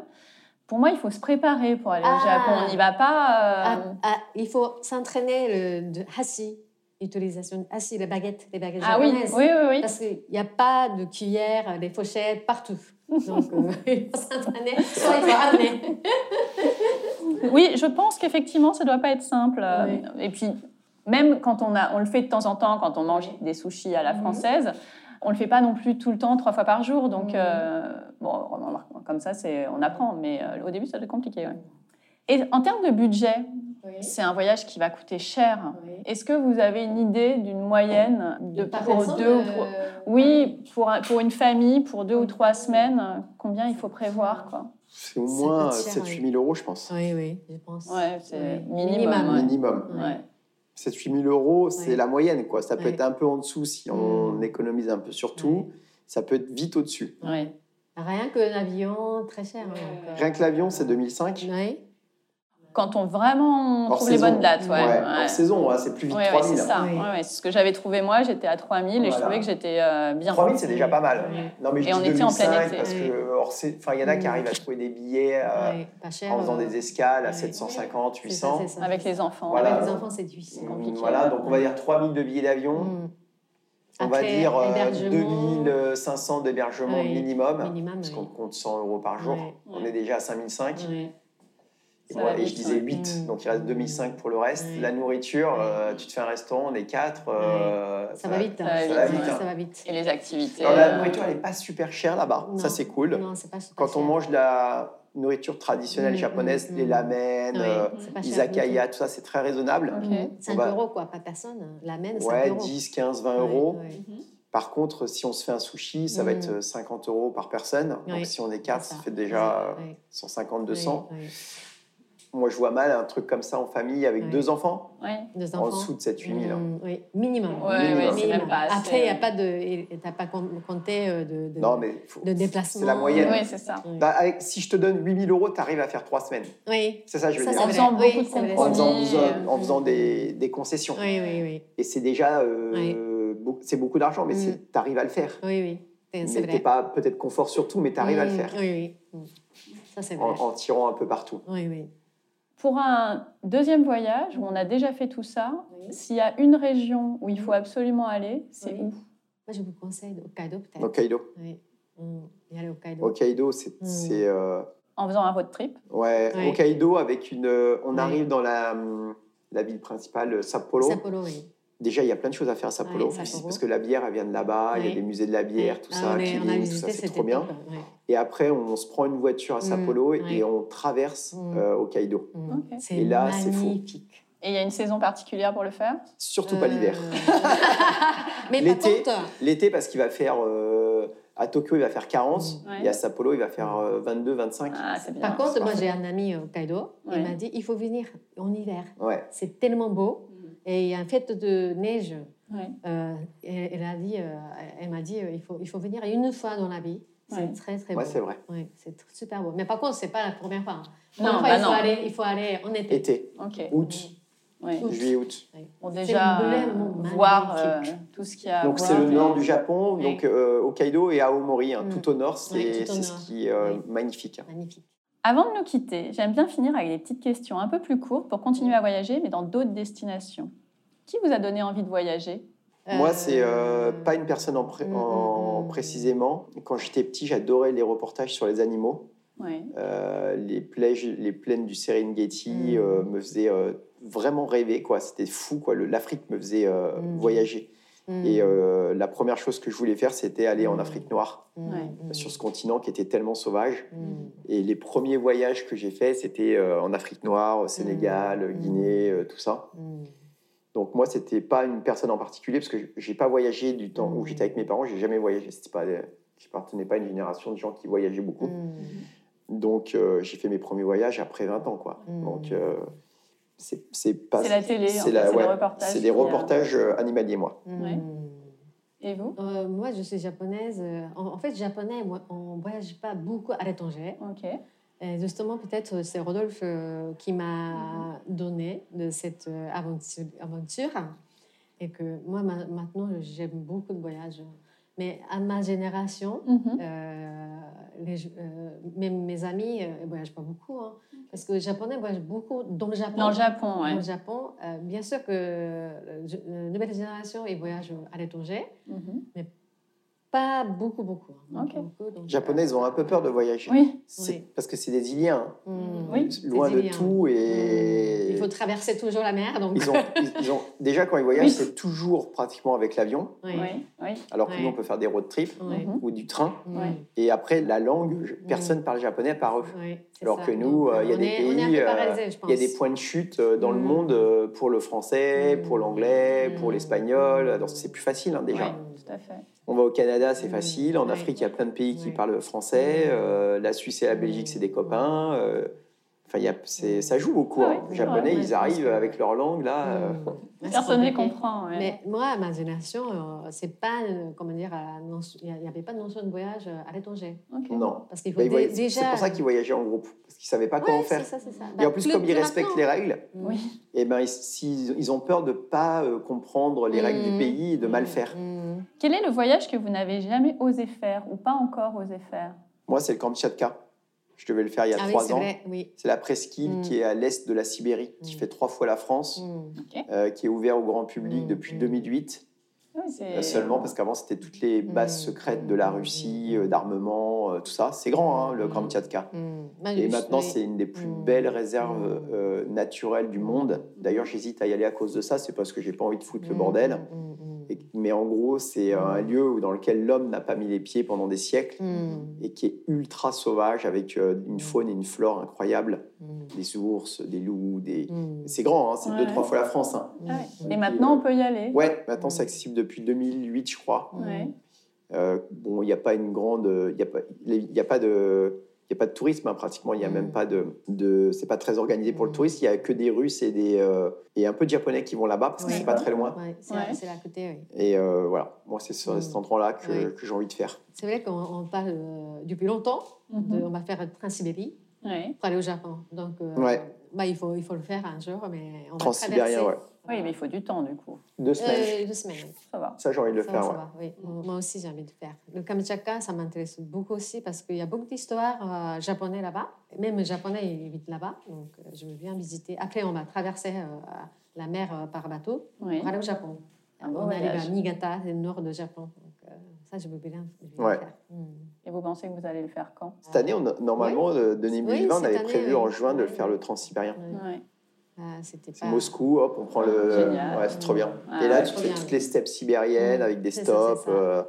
A: Pour moi, il faut se préparer pour aller au
C: Ah.
A: Japon. On n'y va pas. euh,
C: Ah, ah, il faut s'entraîner le, de hasi, utilisation de hasi, les baguettes, les baguettes
A: Ah, oui, oui,
C: japonaises.
A: oui, oui.
C: Parce qu'il n'y a pas de cuillère, des fourchettes partout. Donc, euh, il faut s'entraîner. Soit il faut ramener.
A: Oui, je pense qu'effectivement, ça doit pas être simple. Euh,
C: Oui.
A: Et puis, même quand on, a, on le fait de temps en temps, quand on mange des sushis à la
C: Mhm.
A: française, on le fait pas non plus tout le temps, trois fois par jour. Donc,
C: Mhm.
A: euh, bon, on- on- comme ça, c'est, on apprend. Mais euh, au début, ça doit être compliqué. ouais. Et en termes de budget, c'est un voyage qui va coûter cher. Est-ce que vous avez une idée d'une moyenne de
C: Par
A: pour
C: personne,
A: deux ou
C: euh,
A: trois- Oui, pour, un- pour une famille, pour deux ou trois semaines, euh, combien il faut prévoir quoi
B: C'est au
C: Ça
B: moins
C: coûte cher,
B: 7-8 000 euros, je pense.
C: Oui, oui, je pense.
A: Ouais, c'est
C: Ouais.
A: minimum. ouais.
B: Minimum.
C: Ouais.
A: Ouais.
B: 7-8 000 euros, c'est
C: Ouais.
B: la moyenne. Quoi. Ça peut
C: Ouais.
B: être un peu en dessous si on économise un peu sur tout. Ça peut être vite au-dessus.
A: ouais.
C: Rien que l'avion, très cher. hein, donc, euh,
B: Rien que l'avion, c'est 2005.
C: Oui.
A: quand on vraiment
B: Hors
A: trouve les
B: saison.
A: bonnes dates. Ouais,
B: Ouais,
A: ouais.
B: En saison, hein, c'est plus vite
A: Ouais, ouais,
B: 3
A: c'est
B: 000.
A: ça.
C: Oui.
A: Ouais, ouais, c'est ce que j'avais trouvé moi. J'étais à 3000 et je
B: Voilà.
A: trouvais que j'étais euh, bien.
B: 3 000, c'est déjà pas mal.
C: Ouais.
B: Non, mais je
A: Et
B: dis
A: on était en plein
B: 2005,
A: été.
B: parce que
C: Ouais.
B: hors sais- enfin, il y en a qui
C: Mm.
B: arrivent à trouver des billets euh,
C: Ouais, Pas cher.
B: en faisant
C: euh,
B: des escales à
C: ouais.
B: 750,
C: c'est ça,
B: 800.
C: c'est ça.
A: Avec les enfants.
B: Voilà.
C: Avec les enfants, c'est du
A: C'est compliqué.
B: Voilà, donc on va dire 3000 de billets d'avion.
C: Mm.
B: On
C: Après,
B: va dire euh,
C: hébergement.
B: 2500 d'hébergement
C: Oui,
B: minimum,
C: minimum,
B: parce
C: oui.
B: qu'on compte 100 euros par jour.
C: Ouais.
B: On est déjà à 5005.
C: Ouais.
B: Et,
A: Ça
B: moi,
A: va
B: et je
A: vite,
B: disais
A: ouais.
B: 8,
C: Mm.
B: donc il reste 2005 pour le reste.
C: Ouais.
B: La nourriture,
C: Ouais.
B: euh, tu te fais un restaurant, on est 4.
C: Ça va vite. hein.
A: Ça
B: va
C: Ouais,
B: vite, hein.
C: Ça va vite.
A: Et les activités.
B: Alors, la
A: euh,
B: nourriture, elle n'est pas super chère là-bas.
C: Non.
B: Ça, c'est cool.
C: Non, c'est pas super
B: Quand on
C: cher.
B: mange de la nourriture traditionnelle
C: Mm,
B: japonaise,
C: mm,
B: les
C: mm.
B: lamen,
C: Oui,
B: euh,
C: c'est pas cher du
B: izakaya, tout ça, c'est très raisonnable.
C: tout.
A: Ok.
C: Mhm. 5
B: On va-
C: euros, quoi, par personne. La mène, 5
B: bah, Ouais,
C: euros.
B: 10, 15, 20
C: Ouais,
B: euros.
C: ouais.
B: Par contre, si on se fait un sushi, ça va
C: Mm.
B: être euh, 50 euros par personne.
C: Oui,
B: Donc si on est 4,
C: c'est
B: ça
C: ça.
B: fait déjà
C: Ouais,
B: euh,
C: ouais.
B: 150, 200.
C: Ouais, ouais.
B: Moi, je vois mal un truc comme ça en famille avec
C: Ouais.
B: deux enfants
A: ouais.
C: Deux
B: en
C: enfants.
B: dessous de 7 8 000. hein.
C: Mm, oui, minimum.
A: Ouais,
B: ouais, c'est
C: Minimum.
A: même pas assez.
C: Après, il y a pas de, et t'as pas com- compté euh, de, de,
B: Non, mais faut-
C: de déplacement.
B: c'est la moyenne.
A: Oui, c'est ça.
C: Oui.
B: Bah, avec- si je te donne 8 000 euros, tu arrives à faire trois semaines.
C: oui.
B: C'est ça, je veux
C: Ça,
B: dire.
A: En
C: vrai.
A: faisant
C: Oui,
A: beaucoup de
C: c'est vrai. Mm.
A: compromis.
B: En faisant,
A: euh,
B: en faisant des, des concessions.
C: oui, oui, oui,
B: Et c'est déjà. euh, beau- C'est beaucoup d'argent, mais
C: Mm.
B: c'est- t'arrives à le faire.
C: oui, oui. C'est-
B: Mais
C: C'est
B: t'es
C: vrai.
B: pas peut-être confort sur tout, mais t'arrives à le
C: Mm,
B: faire
C: Oui, oui. Mm. Ça, c'est
B: en,
C: vrai.
B: en tirant un peu partout.
C: Oui, oui.
A: Pour un deuxième voyage où on a déjà fait tout ça,
C: Oui.
A: s'il y a une région où il faut absolument aller, c'est
C: Oui.
A: où
C: Moi, je vous conseille Hokkaido, peut-être.
B: Hokkaido.
C: Oui. Mm. Il y a le Hokkaido.
B: Hokkaido, c'est.
C: Mm.
B: c'est, euh,
A: En faisant un road trip.
B: Ouais,
C: Ouais.
B: Hokkaido avec une. euh, On
C: Ouais.
B: arrive dans la, hum, la ville principale, euh, Sapporo.
C: Sapporo, oui.
B: Déjà, il y a plein de choses à faire à Sapporo,
C: Ouais, Sapporo.
B: parce que la bière, elle vient de là-bas. Il y a
C: Ouais.
B: des musées de la bière, tout
C: Ah,
B: ça,
C: on, est-
B: Kirin,
C: on a
B: tout
C: visité,
B: ça, c'est
C: c'était
B: trop bien.
C: top, ouais.
B: Et après, on se prend une voiture à
C: Mm,
B: Sapporo et- et
C: ouais.
B: on traverse
C: Mm.
B: euh, Hokkaido.
C: Mm.
A: Ok.
C: C'est
B: Et là, c'est fou.
C: magnifique.
A: Et il y a une saison particulière pour le faire
B: Surtout pas
C: Euh,
B: l'hiver.
C: Mais
B: L'été,
C: par contre,
B: L'été, parce qu'il va faire. euh, à Tokyo, il va faire 40,
C: Mm.
A: Ouais.
B: et à Sapporo, il va faire euh, 22, 25.
A: Ah, c'est bien.
C: par contre, moi
B: parfait.
C: j'ai un ami au Hokkaido,
A: Ouais.
C: il m'a dit il faut venir en hiver.
B: Ouais.
C: C'est tellement beau. Et il y a une fête de neige.
A: Mm. Ouais.
C: Euh, et- elle a dit, euh, elle m'a dit euh, il faut il faut venir une fois dans la vie. C'est
A: Ouais.
C: très très
B: Ouais,
C: beau.
B: c'est vrai.
C: Ouais, c'est tr- super beau. Mais par contre, c'est pas la première fois. hein. La
A: Non,
C: première
A: bah
C: fois, il faut
A: non.
C: aller, il faut aller en été.
B: Été,
A: Ok.
B: août,
A: Ouais.
C: Août.
B: juillet, août.
A: Bon,
C: C'est
A: déjà,
C: vraiment
A: euh,
C: magnifique.
A: voir euh, tout ce qu'il y a. à
B: Donc c'est
A: voir.
B: le nord du Japon,
C: Ouais.
B: donc euh, Hokkaido et Aomori, hein,
C: Mm.
B: tout au nord, c'est
C: Ouais, tout au
B: c'est
C: nord.
B: ce qui est euh,
C: Ouais.
B: magnifique.
C: Magnifique.
A: Avant de nous quitter, j'aime bien finir avec des petites questions un peu plus courtes pour continuer à voyager, mais dans d'autres destinations. Qui vous a donné envie de voyager
B: Moi,
C: Euh,
B: c'est euh, pas une personne en, pré-
C: Mm, mm,
B: en-
C: mm.
B: précisément. Quand j'étais petit, j'adorais les reportages sur les animaux.
A: Ouais.
B: Euh, les, plaies- les plaines du Serengeti
C: Mm.
B: euh, me faisaient euh, vraiment rêver, quoi. C'était fou, quoi. Le- L'Afrique me faisait euh,
C: Mm.
B: voyager.
C: Mm,
B: Et euh, la première chose que je voulais faire, c'était aller en
C: Mm.
B: Afrique noire,
C: mm,
A: Ouais.
C: mm,
B: sur ce continent qui était tellement sauvage.
C: mm.
B: Et les premiers voyages que j'ai faits, c'était euh, en Afrique noire, au Sénégal,
A: Mmh.
C: Mm.
B: Guinée, euh, tout ça.
C: Mm.
B: Donc moi, c'était pas une personne en particulier parce que j- j'ai pas voyagé du temps où
A: Mmh.
C: Mm.
B: j'étais avec mes parents. J'ai jamais voyagé. C'était pas, euh, j'appartenais pas à une génération de gens qui voyageaient
A: Mmh.
B: beaucoup.
C: Mm.
B: Donc euh, j'ai fait mes premiers voyages après 20 ans, quoi.
C: Mm.
B: Donc euh, c'est c'est pas.
A: Mmh. C'est la télé, en
B: c'est
A: fait,
B: la-
A: c'est
B: ouais,
A: des reportages.
B: C'est
A: qu'il y
B: des
A: a.
B: reportages euh, animaliers, moi.
A: Ouais.
C: Mm.
A: Et vous
C: Euh, moi, je suis japonaise. Euh, En, en fait, japonais, moi, on ne voyage pas beaucoup à l'étranger.
A: Ok.
C: Et justement, peut-être euh, c'est Rodolphe euh, qui m'a
A: Mm-hmm.
C: donné de cette euh, aventure, aventure. Et que moi, ma- maintenant, j'aime beaucoup de voyages. Mais à ma génération,
A: Mhm.
C: euh, les- euh, même mes amis ne voyagent pas beaucoup. hein. parce que les Japonais voyagent beaucoup dans le Japon.
A: Mm-hmm. Dans le Japon, ouais.
C: Dans le Japon, euh, bien sûr que euh, je- la nouvelle génération, ils voyagent à l'étranger.
A: Mhm.
C: Pas beaucoup, beaucoup. hein.
A: Ok.
C: Beaucoup, donc,
B: Les Japonais, ils ont un peu peur de voyager.
A: Oui.
B: C'est-
C: Oui.
B: Parce que c'est des Iliens, hein.
C: euh, mm,
A: Oui. Mmh.
C: c'est
B: loin de
C: délire.
B: tout et.
C: Il faut traverser toujours la mer, donc.
B: Ils ont, ils- ils ont- déjà quand ils voyagent,
A: Oui.
B: c'est toujours pratiquement avec l'avion,
C: Oui.
A: Oui. Oui.
B: alors que
C: Ouais.
B: nous on peut faire des road trips
C: Oui.
A: Mhm.
B: ou du train.
C: Mm.
A: Ouais.
B: Et après la langue, je- personne parle japonais à part eux.
C: Oui, c'est
B: Alors
C: ça.
B: que nous, euh, il y a
C: on
B: des
C: est- on est un
B: pays,
C: peu
B: euh,
C: paralysés, je pense.
B: Il y a des points de chute euh, dans le
C: Mm.
B: monde euh, pour le français,
C: Mm.
B: pour l'anglais, pour
C: Mm.
B: l'espagnol. Alors c'est plus facile hein, déjà.
A: Ouais, tout à fait.
B: On va au Canada, c'est
C: Mm.
B: facile. En
C: Ouais.
B: Afrique, il y a plein de pays qui
C: Ouais.
B: parlent français.
C: Mm.
B: Euh, la Suisse et la Belgique, c'est des copains. Euh, Enfin, il y a- c'est- ça joue beaucoup.
A: Ah
B: hein.
A: ouais,
B: Les
A: c'est vrai.
B: japonais,
C: Ouais, je
B: ils
C: pense
B: arrivent
C: que-
B: avec leur langue là. euh,
C: Mm. Ouais, c'est
A: Personne ne les
C: compliqué.
A: comprend. ouais.
C: Mais moi, ma génération, euh, c'est pas, euh, comment dire, euh, non- il n'y avait pas de notion de voyage euh, à l'étranger.
A: Ok.
B: Non.
C: Parce qu'il faut
B: Bah, ils
C: dé-
B: voyaient-
C: déjà.
B: C'est pour ça qu'ils voyageaient en groupe, parce qu'ils savaient pas comment
C: Ouais,
B: faire.
C: c'est ça, c'est ça.
B: Et
C: Bah,
B: en plus,
C: plus-
B: comme ils
C: plus
B: respectent les
C: maintenant. Hmm.
B: règles,
A: Oui.
B: eh ben, ils, s'ils- ils ont peur de pas euh, comprendre les règles du
C: Mm.
B: pays et de mal faire.
C: Mm.
A: Quel est le voyage que vous n'avez jamais osé faire ou pas encore osé faire
B: Moi, c'est le Kamchatka. Je devais le faire il y a
C: Ah oui,
B: trois
C: c'est
B: ans.
C: vrai, oui.
B: C'est la presqu'île
C: Mm.
B: qui est à l'est de la Sibérie, qui
C: Mm.
B: fait trois fois la France,
C: Mm.
B: euh, qui est ouverte au grand public
C: Mm.
B: depuis
C: Mm.
B: 2008.
A: c'est-
B: Bah, euh, Seulement parce qu'avant, c'était toutes les bases
C: Mm.
B: secrètes de la Russie,
C: mmh.
B: euh, d'armement, euh, tout ça. C'est grand, hein, le Kamchatka.
C: Mm.
B: Et
C: Malus,
B: maintenant,
C: oui.
B: c'est une des plus
C: Mm.
B: belles réserves euh, naturelles du monde. D'ailleurs, j'hésite à y aller à cause de ça. C'est parce que j'ai pas envie de foutre le
C: Mm,
B: bordel.
C: mm, mm,
B: Et- mais en gros, c'est un lieu où- dans lequel l'homme n'a pas mis les pieds pendant des siècles
C: mm,
B: et qui est ultra sauvage avec euh, une faune et une flore incroyables.
C: mm,
B: Des ours, des loups, des...
C: mm,
B: C'est grand, hein, c'est
A: Ouais.
B: deux, trois fois la France. hein.
C: mm,
A: Ah ouais.
C: mm,
A: Et maintenant, on peut y aller.
B: Ouais, maintenant c'est accessible depuis 2008, je crois.
C: mm.
A: Ouais.
B: Euh, bon, il n'y a pas une grande, euh, il n'y a pas, il y a pas de, il y a pas de tourisme hein, pratiquement. Il y a
C: Mm.
B: même pas de, de c'est pas très organisé pour le
C: Mm.
B: tourisme. Il y a que des Russes et des euh, et un peu de Japonais qui vont là-bas parce que
A: Ouais.
B: c'est pas très loin.
C: Ouais, c'est
A: Ouais.
C: là- c'est là à côté, oui.
B: Et euh, voilà, moi c'est sur
C: Mm.
B: cet endroit-là que,
C: Ouais.
B: que j'ai envie de faire.
C: C'est vrai qu'on on parle euh, depuis longtemps. de-
A: Mhm.
C: on va faire le Trans-Sibérie
A: Ouais.
C: pour aller au Japon. Donc, euh,
B: Ouais.
C: bah, il, faut, il faut le faire un jour, mais on va
B: Transsibérien, ouais.
C: traverser.
A: Oui, mais il faut du temps, du coup.
B: Deux semaines.
C: Euh, deux semaines.
A: Ça va.
B: Ça j'ai envie de le
C: Ça,
B: faire.
C: ça
B: ouais.
C: va, oui. Moi moi aussi, j'ai envie de faire. Le Kamchatka, ça m'intéresse beaucoup aussi parce qu'il y a beaucoup d'histoires euh, japonais là-bas. Même japonais, ils habitent là-bas. Donc, euh, je veux bien visiter. Après, on va traverser euh, la mer euh, par bateau
A: Oui.
C: pour aller au Japon.
B: Ah,
A: Un beau
C: on arrive
A: voyage.
C: à Niigata, c'est le nord du Japon. Donc, euh, ça, je veux bien, je veux bien
B: Ouais.
C: faire. Mm.
A: Et vous pensez que vous allez le faire quand
B: Cette année, on a- normalement, de de
C: Oui,
B: 2020, on
C: cette
B: avait
C: année,
B: prévu
C: oui.
B: en juin de le faire le Transsibérien.
C: Ouais.
A: Ouais.
C: Ah, C'était
B: C'est
C: pas.
B: Moscou, hop, on prend le.
A: Génial.
B: Ouais, c'est trop bien.
A: Ah,
B: et là,
A: ouais,
B: tu
C: trop
B: fais
C: bien.
B: toutes les steppes sibériennes
C: Mm.
B: avec des
C: C'est ça, c'est
B: stops.
C: ça.
B: euh,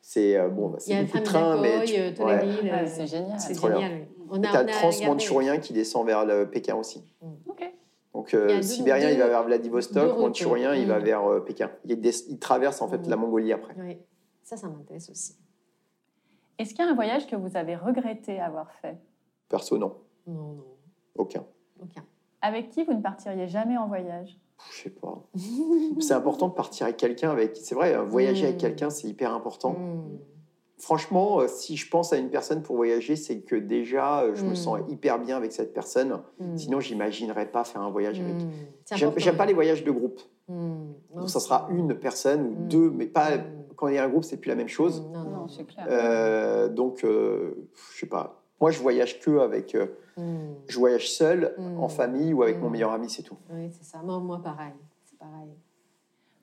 B: C'est euh, bon, bah,
C: Il y
B: c'est
C: a le
B: beaucoup
C: train
B: de
C: de
B: train, mais tu
C: tous
B: ouais.
C: les villes.
A: Ah,
C: euh,
A: c'est génial.
C: C'est
B: trop bien.
C: génial. oui. On
B: T'as
C: on
B: le
C: regardé.
B: transmanchurien qui descend vers le Pékin aussi.
A: Ok.
B: Donc, euh,
C: Mmh. Il y a deux-
B: sibérien,
C: deux-
B: il va vers Vladivostok,
C: deux routes,
B: manchurien, il va
C: mm.
B: vers euh, Pékin. Il, des- il traverse en fait
C: Mm.
B: la Mongolie après.
C: Oui. Ça, ça m'intéresse aussi.
A: Est-ce qu'il y a un voyage que vous avez regretté avoir fait
B: Perso, non,
C: Non, non.
B: aucun.
C: Aucun.
A: Avec qui vous ne partiriez jamais en voyage
B: Pff, Je sais pas. c'est important de partir avec quelqu'un. Avec... C'est vrai, euh, voyager
C: Mm.
B: avec quelqu'un, c'est hyper important.
C: Mm.
B: Franchement, euh, si je pense à une personne pour voyager, c'est que déjà, euh, je me
C: Mm.
B: sens hyper bien avec cette personne.
C: Mm.
B: Sinon, j'imaginerais pas faire un voyage avec.
C: Mm. C'est
B: J'aime
C: important.
B: j'aime pas les voyages de groupe.
C: Mm. Non,
B: Donc, ça sera une personne ou
C: Mm.
B: deux, mais pas
C: Mm.
B: quand il y a un groupe, c'est plus la même chose.
C: Non, non.
A: Non, c'est clair.
B: Euh, donc, euh, je sais pas. Moi, je voyage que avec. euh,
C: Mm.
B: je voyage seul,
C: Mm.
B: en famille ou avec
C: Mm.
B: mon meilleur ami, c'est tout.
C: Oui, c'est ça. Moi, moi, pareil. C'est pareil.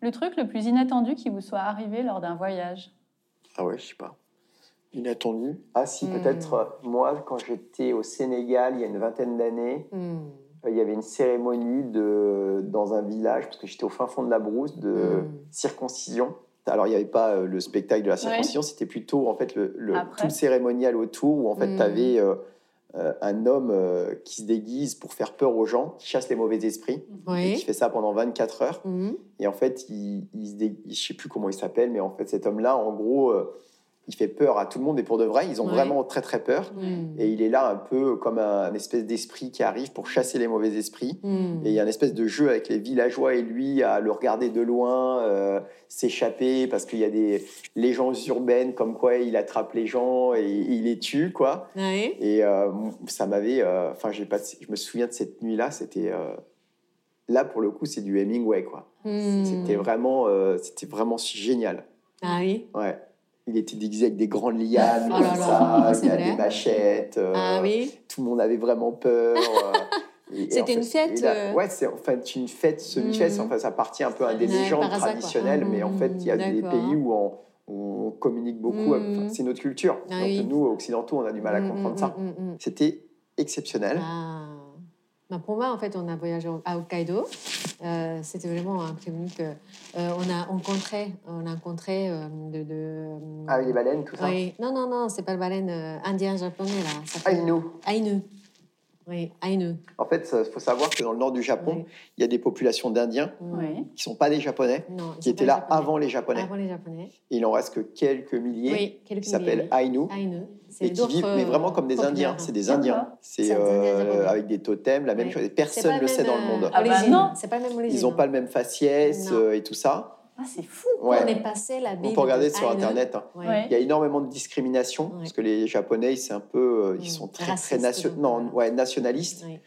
A: Le truc le plus inattendu qui vous soit arrivé lors d'un voyage
B: Ah ouais, je sais pas. Inattendu. Ah si,
C: Mm.
B: peut-être euh, moi, quand j'étais au Sénégal il y a une vingtaine d'années,
C: Mm.
B: euh, il y avait une cérémonie de dans un village parce que j'étais au fin fond de la brousse de
C: Mm.
B: circoncision. Alors, il n'y avait pas euh, le spectacle de la circoncision, c'était plutôt en fait le, le-
A: Après.
B: tout le cérémonial autour où en fait
C: Mm.
B: tu avais un homme euh, qui se déguise pour faire peur aux gens, qui chasse les mauvais esprits, et qui
C: Oui.
B: fait ça pendant 24 heures.
C: Mm.
B: Et en fait, il, il se dé- je sais plus comment il s'appelle, mais en fait, cet homme-là, en gros, euh, il fait peur à tout le monde et pour de vrai, ils ont
C: Ouais.
B: vraiment très très peur.
C: Mm.
B: Et il est là un peu comme un, un espèce d'esprit qui arrive pour chasser les mauvais esprits.
C: Mm.
B: Et il y a une espèce de jeu avec les villageois et lui à le regarder de loin, euh, s'échapper parce qu'il y a des légendes urbaines comme quoi il attrape les gens et il les tue, quoi.
C: Oui.
B: Et euh, ça m'avait. euh, Enfin, j'ai pas. Je me souviens de cette nuit-là, c'était. euh, là, pour le coup, c'est du Hemingway, quoi.
C: Mm.
B: C'était vraiment, euh, c'était vraiment génial.
C: Ah oui.
B: Ouais. Il était déguisé avec des grandes lianes,
C: Oh
B: comme
C: là là,
B: ça,
C: c'est
B: il y a
C: vrai.
B: des machettes. euh,
C: Ah oui.
B: Tout le monde avait vraiment peur. euh, et- et
C: C'était
B: en fait-
C: une fête,
B: et là-
C: euh.
B: Ouais, c'est en fait une fête semi-fête.
C: Mhm.
B: Enfin, ça partit un peu à des
C: Ouais,
B: légendes
C: par hasard, quoi. Mmh,
B: traditionnelles, mais en fait, il y a des
C: D'accord.
B: pays où on, où on communique beaucoup.
C: Mhm.
B: enfin, c'est notre culture.
C: Ah
B: Donc,
C: oui.
B: nous, occidentaux, on a du mal à
C: Mm,
B: comprendre
C: mm,
B: ça.
C: mm, mm, mm.
B: C'était exceptionnel.
C: Ah. Bah, pour moi, en fait, on a voyagé à Hokkaido. Euh, C'était vraiment un clinique. euh, on a rencontré, on a rencontré euh, de. de euh,
B: Avec Ah les baleines, tout ça.
C: Oui. Non, non, non, c'est pas le baleine euh, indien japonais là. Ça s'appelle-
B: Aïno.
C: Ainu. Oui, Ainu.
B: En fait, il faut savoir que dans le nord du Japon,
C: Oui.
B: il y a des populations d'Indiens
C: Mm.
A: Oui.
B: qui sont pas des Japonais.
C: Non,
B: qui
C: c'est
B: était
C: pas
B: là
C: les Japonais.
B: avant les Japonais.
C: Avant les japonais.
B: Et il en reste que quelques milliers
C: Oui, quelques
B: qui s'appellent
C: milliers.
B: Ainu
C: Ainu. C'est
B: et qui
C: d'autres,
B: vivent, mais vraiment comme des
C: euh,
B: Indiens.
C: populaires.
B: C'est des
A: D'accord.
B: Indiens. C'est
C: C'est des Indiens
B: euh,
C: japonais.
B: avec des totems, la même
C: Oui.
B: chose. Et
C: C'est
B: personne
C: pas
B: ne le sait
C: même,
B: dans le monde.
C: euh,
A: Ah bah
C: origine.
A: non.
C: C'est pas la même origine.
B: Ils n'ont pas le même faciès
C: Non.
B: euh, et tout ça.
A: Ah, c'est fou
B: Ouais.
C: On est passé la
B: On
C: ville
B: peut regarder
C: de
B: sur
C: Ainu.
B: Internet. hein.
C: Ouais.
A: Ouais.
B: Il y a énormément de discrimination
C: Ouais.
B: parce que les Japonais, c'est un peu, euh, ils
C: Mm.
B: sont très très
C: Racistes,
B: nation-
C: donc.
B: non, ouais, nationalistes.
C: Oui.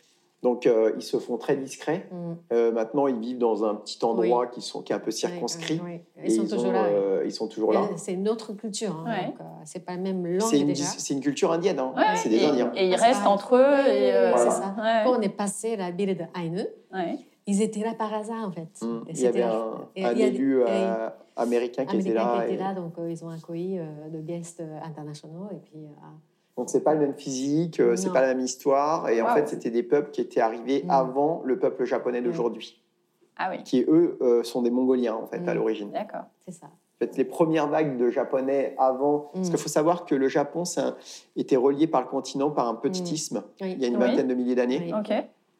B: Donc euh, ils se font très discrets.
C: Mm.
B: Euh, maintenant, ils vivent dans un petit endroit qui sont qui est un peu circonscrit.
C: Ouais, ouais, ouais.
B: Et
C: Ils sont toujours
B: ont,
C: là. ouais.
B: euh, ils sont toujours là.
C: Et C'est notre culture. hein,
A: Ouais.
C: donc, euh, c'est pas la même langue
B: C'est une,
C: déjà.
B: c'est une culture indienne. hein.
A: Ouais,
B: C'est des
A: et,
B: Indiens.
A: et ils
C: Ah, c'est
A: restent
C: pareil.
A: entre eux.
C: Ouais,
A: et, euh,
C: ouais,
B: c'est
A: voilà.
C: ça.
A: Ouais.
C: Quand on est passé la ville de Ainu,
A: Ouais.
C: Ils étaient là par hasard, en fait.
B: Mm.
C: Et
B: Il y avait
C: c'était-
B: un,
C: et
B: un
C: il y a des-
B: élu
C: et-
B: euh, américain qui était
C: Américains
B: là.
C: qui
B: et-
C: étaient là, donc euh, ils ont accueilli euh, de guests euh, internationaux. Et puis, euh,
B: Donc c'est pas le même physique, euh, c'est
C: Non.
B: pas la même histoire. Et en
A: Wow.
B: fait, c'était des peuples qui étaient arrivés
C: Mm.
B: avant le peuple japonais d'aujourd'hui,
A: Ah oui,
B: qui eux euh, sont des Mongoliens en fait à
C: Mm.
B: l'origine.
A: d'accord.
C: c'est ça.
B: En fait, les premières vagues de Japonais avant, parce
C: Mm.
B: qu'il faut savoir que le Japon c'est un- était relié par le continent par un petit
C: Mm.
B: isthme.
C: Oui.
B: Il y a une
A: Oui.
B: vingtaine de milliers d'années.
C: Oui.
A: Ok.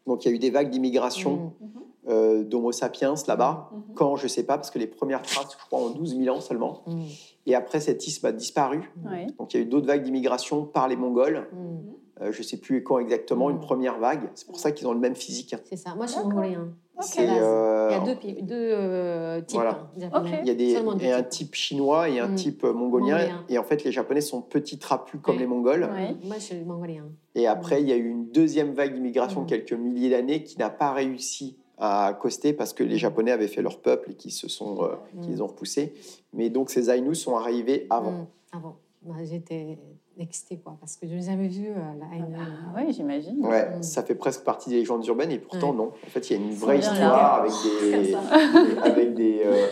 B: Donc il y a eu des vagues d'immigration
C: Mm.
B: euh, d'Homo sapiens là-bas.
A: Mhm.
B: Quand je sais pas, parce que les premières traces, je crois, ont 12 000 ans seulement.
C: Mm.
B: Et après, cet isthme a disparu.
C: hum.
A: Oui.
B: Donc il y a eu d'autres vagues d'immigration par les Mongols.
A: Mmh.
C: Mm.
B: Euh, je sais plus quand exactement,
C: Mm.
B: une première vague. C'est pour ça qu'ils ont le même physique.
C: C'est ça. Moi, je suis
A: D'accord.
C: mongolien.
A: Ok.
B: C'est,
C: Base.
B: euh,
C: Il y a deux, pi- deux euh, types
B: Voilà.
C: hein, japonais.
A: Ok.
B: il y a des,
C: Seulement deux
B: et un
C: types.
B: type chinois et un
C: Mm.
B: type euh, mongolien.
C: Mongolien.
B: Et en fait, les Japonais sont petits trapus comme
C: Oui.
B: les Mongols.
A: Oui.
C: Moi, je suis mongolien.
B: Et après, il y a eu une deuxième vague d'immigration
C: Mm.
B: de quelques milliers d'années qui n'a pas réussi à coster parce que les Japonais avaient fait leur peuple et qui se sont, euh,
C: Hum. Hmm.
B: qu'ils ont repoussé. Mais donc ces Aïnous sont arrivés avant.
C: Mm. Avant. Bah, J'étais excitée, quoi, parce que je n'ai jamais vu euh, la haine.
A: Ah oui, j'imagine.
B: Ouais,
C: Mm.
B: ça fait presque partie des légendes urbaines et pourtant
C: Ouais.
B: non. En fait, il y a une vraie
A: vient là.
B: histoire avec des,
A: Comme
B: avec des, euh,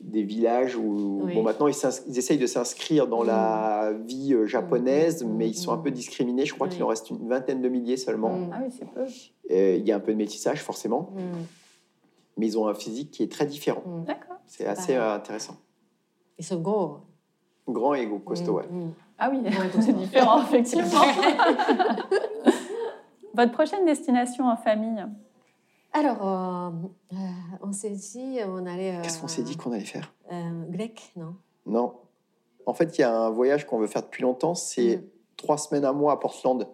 B: des villages où
C: Oui.
B: bon maintenant ils, s'ins- ils essayent de s'inscrire dans la vie euh, japonaise,
C: Mm.
B: mais ils sont un peu discriminés. Je crois
C: Oui.
B: qu'il en reste une vingtaine de milliers seulement.
C: Mm.
A: Ah oui, c'est peu.
B: Et Il y a un peu de métissage forcément,
C: Mm.
B: mais ils ont un physique qui est très différent.
C: Mm.
A: D'accord.
B: C'est assez
C: pareil.
B: euh, intéressant.
C: Ils sont gros.
B: Grand et gros, costaud. ouais.
C: Mm.
A: Ah oui,
C: tout
A: c'est
C: ça.
A: différent, effectivement. Votre prochaine destination en famille
C: Alors, euh, euh, on s'est dit, on allait. euh,
B: Qu'est-ce qu'on s'est dit qu'on allait faire
C: euh, Grec, non
B: Non. En fait, il y a un voyage qu'on veut faire depuis longtemps. C'est
C: Mm.
B: trois semaines à mois à Portland.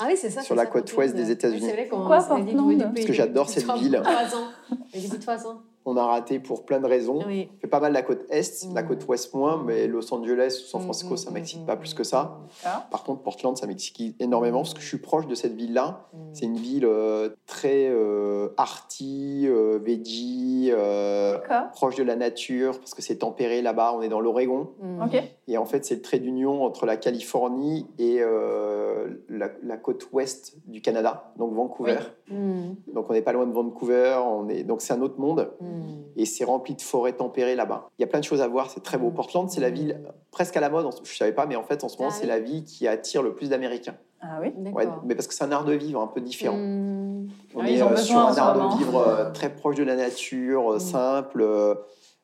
C: Ah oui, c'est ça.
B: Sur
C: c'est
B: la
C: ça,
B: côte
C: Portland.
B: ouest des
C: Oui,
B: États-Unis.
C: C'est vrai qu'on
A: Pourquoi
C: s'est dit
A: Portland
C: depuis-
A: Parce
B: que
C: depuis
B: j'adore cette
C: trois-
B: ville.
C: Trois ans. Mais Depuis trois ans.
B: On a raté pour plein de raisons.
C: Oui.
B: On fait pas mal la côte est, la
C: Mm.
B: côte ouest moins, mais Los Angeles ou San Francisco,
C: Mm,
B: ça
C: mm,
B: m'excite
C: mm,
B: pas
C: mm,
B: plus que ça.
A: Ah,
B: Par contre, Portland, ça m'excite énormément parce que je suis proche de cette ville-là.
C: mm.
B: C'est une ville euh, très euh, arty, euh, veggie, euh,
A: D'accord.
B: proche de la nature parce que c'est tempéré là-bas. On est dans l'Oregon.
C: Mm.
A: Ok.
B: Et en fait, c'est le trait d'union entre la Californie et euh, la, la côte ouest du Canada, donc Vancouver.
C: Mm.
B: Donc on n'est pas loin de Vancouver, on est... donc c'est un autre monde.
C: Mm.
B: Et c'est rempli de forêts tempérées là-bas. Il y a plein de choses à voir, c'est très beau. Portland, c'est la ville presque à la mode. en ce- Je ne savais pas, mais en fait, en ce moment,
C: Ah
B: c'est
C: oui.
B: la ville qui attire le plus d'Américains.
A: Ah oui.
B: Ouais,
C: D'accord.
B: mais parce que c'est un art de vivre un peu différent.
C: Mm.
B: On
A: Oui,
B: est
A: ils ont
B: euh,
A: besoin
B: sur
A: en
B: un
A: ce
B: art
A: moment.
B: de vivre euh, très proche de la nature, euh,
C: Mm.
B: simple, euh,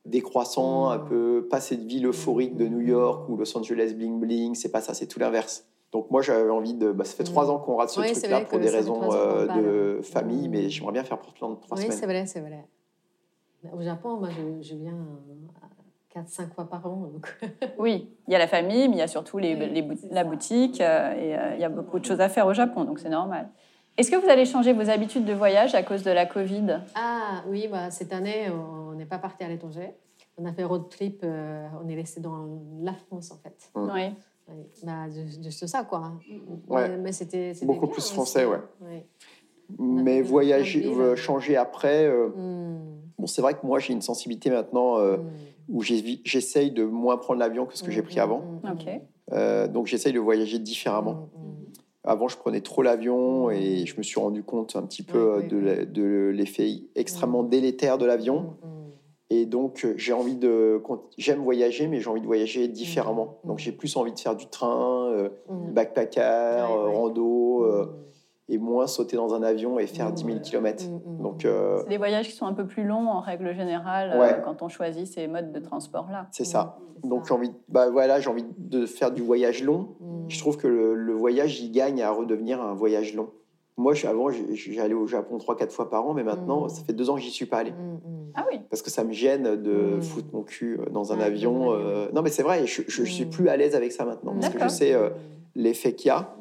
B: décroissant,
C: Mm.
B: un peu pas cette ville euphorique de New York ou Los Angeles bling bling. C'est pas ça, c'est tout l'inverse. Donc moi j'avais envie de. bah, ça fait
C: Mm.
B: trois ans qu'on rate ce
C: Ouais, c'est
B: truc-là
C: vrai
B: pour
C: que
B: des
C: ça fait
B: raisons
C: trois ans qu'on
B: euh,
C: parle.
B: de famille,
C: Mm.
B: mais j'aimerais bien faire Portland trois
C: Oui, c'est
B: semaines.
C: vrai, c'est vrai. Au Japon, moi, je, je viens
B: euh,
C: 4-5 fois par an. Donc...
A: Oui, il y a la famille, mais il y a surtout les,
C: Oui,
A: les bou-
C: c'est
A: la
C: ça.
A: boutique euh, et euh, il y a beaucoup de choses à faire au Japon, donc c'est normal. Est-ce que vous allez changer vos habitudes de voyage à cause de la Covid
C: Ah oui, bah, cette année, on n'est pas parti à l'étranger. On a fait road trip, euh, on est resté dans la France en fait.
B: Mm.
A: Oui.
C: Ouais, Bah, de, de ce ça quoi. hein.
B: Ouais.
C: Mais, mais c'était c'était
B: Beaucoup
C: bien,
B: plus
C: hein,
B: français,
C: c'était-
B: ouais.
C: ouais.
B: Mais
C: Mm.
B: voyager,
C: Mm.
B: euh, changer après. euh,
C: Mm.
B: Bon, c'est vrai que moi j'ai une sensibilité maintenant euh,
C: Mm.
B: où j'ai- j'essaye de moins prendre l'avion que ce que j'ai pris
C: Mm,
B: avant.
C: mm, mm,
A: Ok.
C: mm.
B: Euh, donc j'essaye de voyager différemment.
C: Mm, mm.
B: Avant, je prenais trop l'avion et je me suis rendu compte un petit peu
C: Ouais,
B: euh,
C: ouais,
B: de
C: ouais.
B: la- de l'effet extrêmement délétère de l'avion.
C: Mm,
B: Et donc, euh, j'ai envie de. cont- J'aime voyager, mais j'ai envie de voyager différemment.
C: Mhm.
B: Donc, j'ai plus envie de faire du train, euh,
C: mm, mm.
B: backpacker,
C: Ouais,
B: euh,
C: ouais.
B: rando, euh,
C: Mm,
B: et moins sauter dans un avion et faire
C: Mhm.
B: 10 000 km.
C: mm, mm,
B: Donc,
C: mm.
B: euh,
A: C'est des voyages qui sont un peu plus longs en règle générale euh,
B: Ouais.
A: quand on choisit ces modes de transport-là.
B: c'est ça.
C: Mm, c'est
B: Donc, j'ai
C: ça.
B: envie, de- bah, voilà, j'ai envie de faire du voyage long.
C: Mm.
B: Je trouve que le, le voyage, il gagne à redevenir un voyage long. Moi, je- avant, j'ai- j'allais au Japon 3-4 fois par an, mais maintenant,
C: Mhm.
B: ça fait deux ans que j'y suis pas allé.
C: Mm, mm.
A: Ah oui,
B: parce que ça me gêne de
C: Mm.
B: foutre mon cul euh, dans un
C: Ouais,
B: avion.
C: dans un avion.
B: euh, Non, mais c'est vrai, je, je, je suis
C: Mm.
B: plus à l'aise avec ça maintenant, parce que je
A: D'accord.
B: sais euh, l'effet qu'il y a.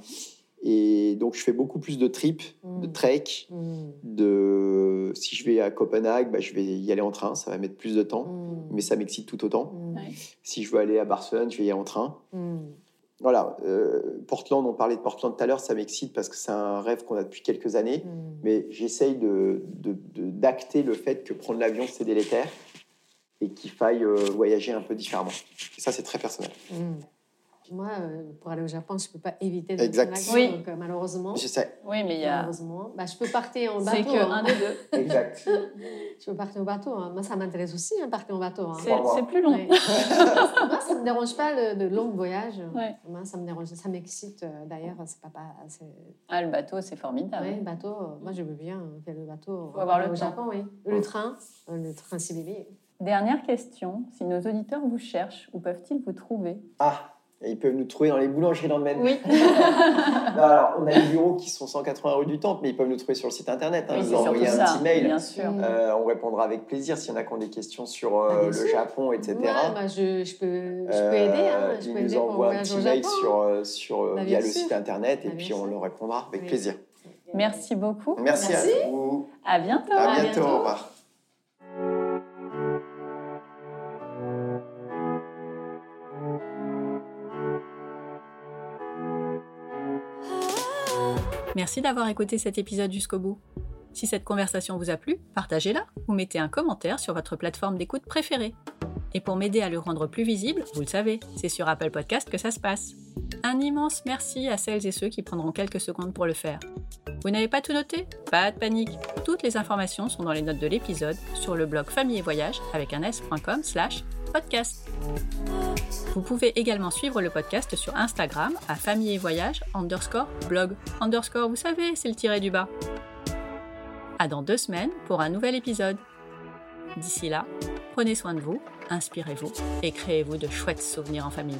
B: Et donc, je fais beaucoup plus de trips, de
C: Mm.
B: trek,
C: Mm,
B: de... Si je vais à Copenhague, bah, je vais y aller en train, ça va mettre plus de temps,
C: mm,
B: mais ça m'excite tout autant.
C: mm,
A: Ouais.
B: Si je veux aller à Barcelone, je vais y aller en train.
C: mm.
B: Voilà, euh, Portland, on parlait de Portland tout à l'heure, ça m'excite parce que c'est un rêve qu'on a depuis quelques années.
C: Mm.
B: Mais j'essaye de, de- de- d'acter le fait que prendre l'avion, c'est délétère et qu'il faille euh, voyager un peu différemment. Et ça, c'est très personnel.
C: Mm. Moi, euh, pour aller au Japon, je ne peux pas éviter de
B: Exact.
C: faire la
E: Oui.
C: guerre, donc, euh, malheureusement,
B: Je sais.
E: Oui, mais il y a.
C: malheureusement bah, je peux partir en
E: C'est
C: bateau.
E: que
C: hein.
E: un des deux.
B: Exact.
C: Je peux partir en bateau. hein. Moi, ça m'intéresse aussi, hein, partir en bateau. hein.
E: C'est c'est plus long.
C: Ouais. Moi, ça ne me dérange pas le, de longs voyages.
E: Ouais.
C: Moi, ça me dérange. Ça m'excite euh, d'ailleurs. C'est pas, pas c'est...
E: Ah, le bateau, c'est formidable.
C: Ouais, bateau. euh, Moi, je veux bien euh, faire le bateau.
E: Faut avoir le
C: au
E: temps.
C: Japon, oui. Le train, euh, le train CBB.
E: Dernière question. Si nos auditeurs vous cherchent, où peuvent-ils vous trouver
B: Ah, et ils peuvent nous trouver dans les boulangeries dans le Maine.
E: Oui.
B: Non, alors, on a les bureaux qui sont 180 rue du Temple, mais ils peuvent nous trouver sur le site internet. Hein.
E: Oui,
B: Ils
E: c'est
B: nous
E: surtout
B: envoyer un
E: ça,
B: petit mail.
E: bien sûr.
C: Mm.
B: Euh, on répondra avec plaisir s'il y en a qui ont des questions sur euh,
C: Ah, bien
B: le
C: sûr.
B: Japon, etc.
C: Moi, bah, je, je peux, je peux
B: Euh,
C: aider. Hein. Je
B: ils
C: peux
B: nous
C: aider pour
B: envoient un
C: voyage
B: petit
C: au
B: mail
C: Japon. hein.
B: sur, euh, sur, euh,
C: Bah,
B: via
C: bien
B: le
C: sûr.
B: site internet et
C: Bah,
B: puis
C: bien
B: on
C: sûr.
B: leur répondra avec
C: Oui.
B: plaisir.
E: Merci beaucoup.
B: Merci,
C: Merci.
B: à vous.
E: À bientôt.
B: À,
C: À
B: bientôt.
C: bientôt.
B: Au revoir.
A: Merci d'avoir écouté cet épisode jusqu'au bout. Si cette conversation vous a plu, partagez-la ou mettez un commentaire sur votre plateforme d'écoute préférée. Et pour m'aider à le rendre plus visible, vous le savez, c'est sur Apple Podcast que ça se passe. Un immense merci à celles et ceux qui prendront quelques secondes pour le faire. Vous n'avez pas tout noté Pas de panique. Toutes les informations sont dans les notes de l'épisode sur le blog famille et voyage avec un s.com slash podcast. Vous pouvez également suivre le podcast sur Instagram à famille et voyage underscore blog underscore, vous savez, c'est le tiré du bas. À dans deux semaines pour un nouvel épisode. D'ici là, prenez soin de vous, inspirez-vous et créez-vous de chouettes souvenirs en famille.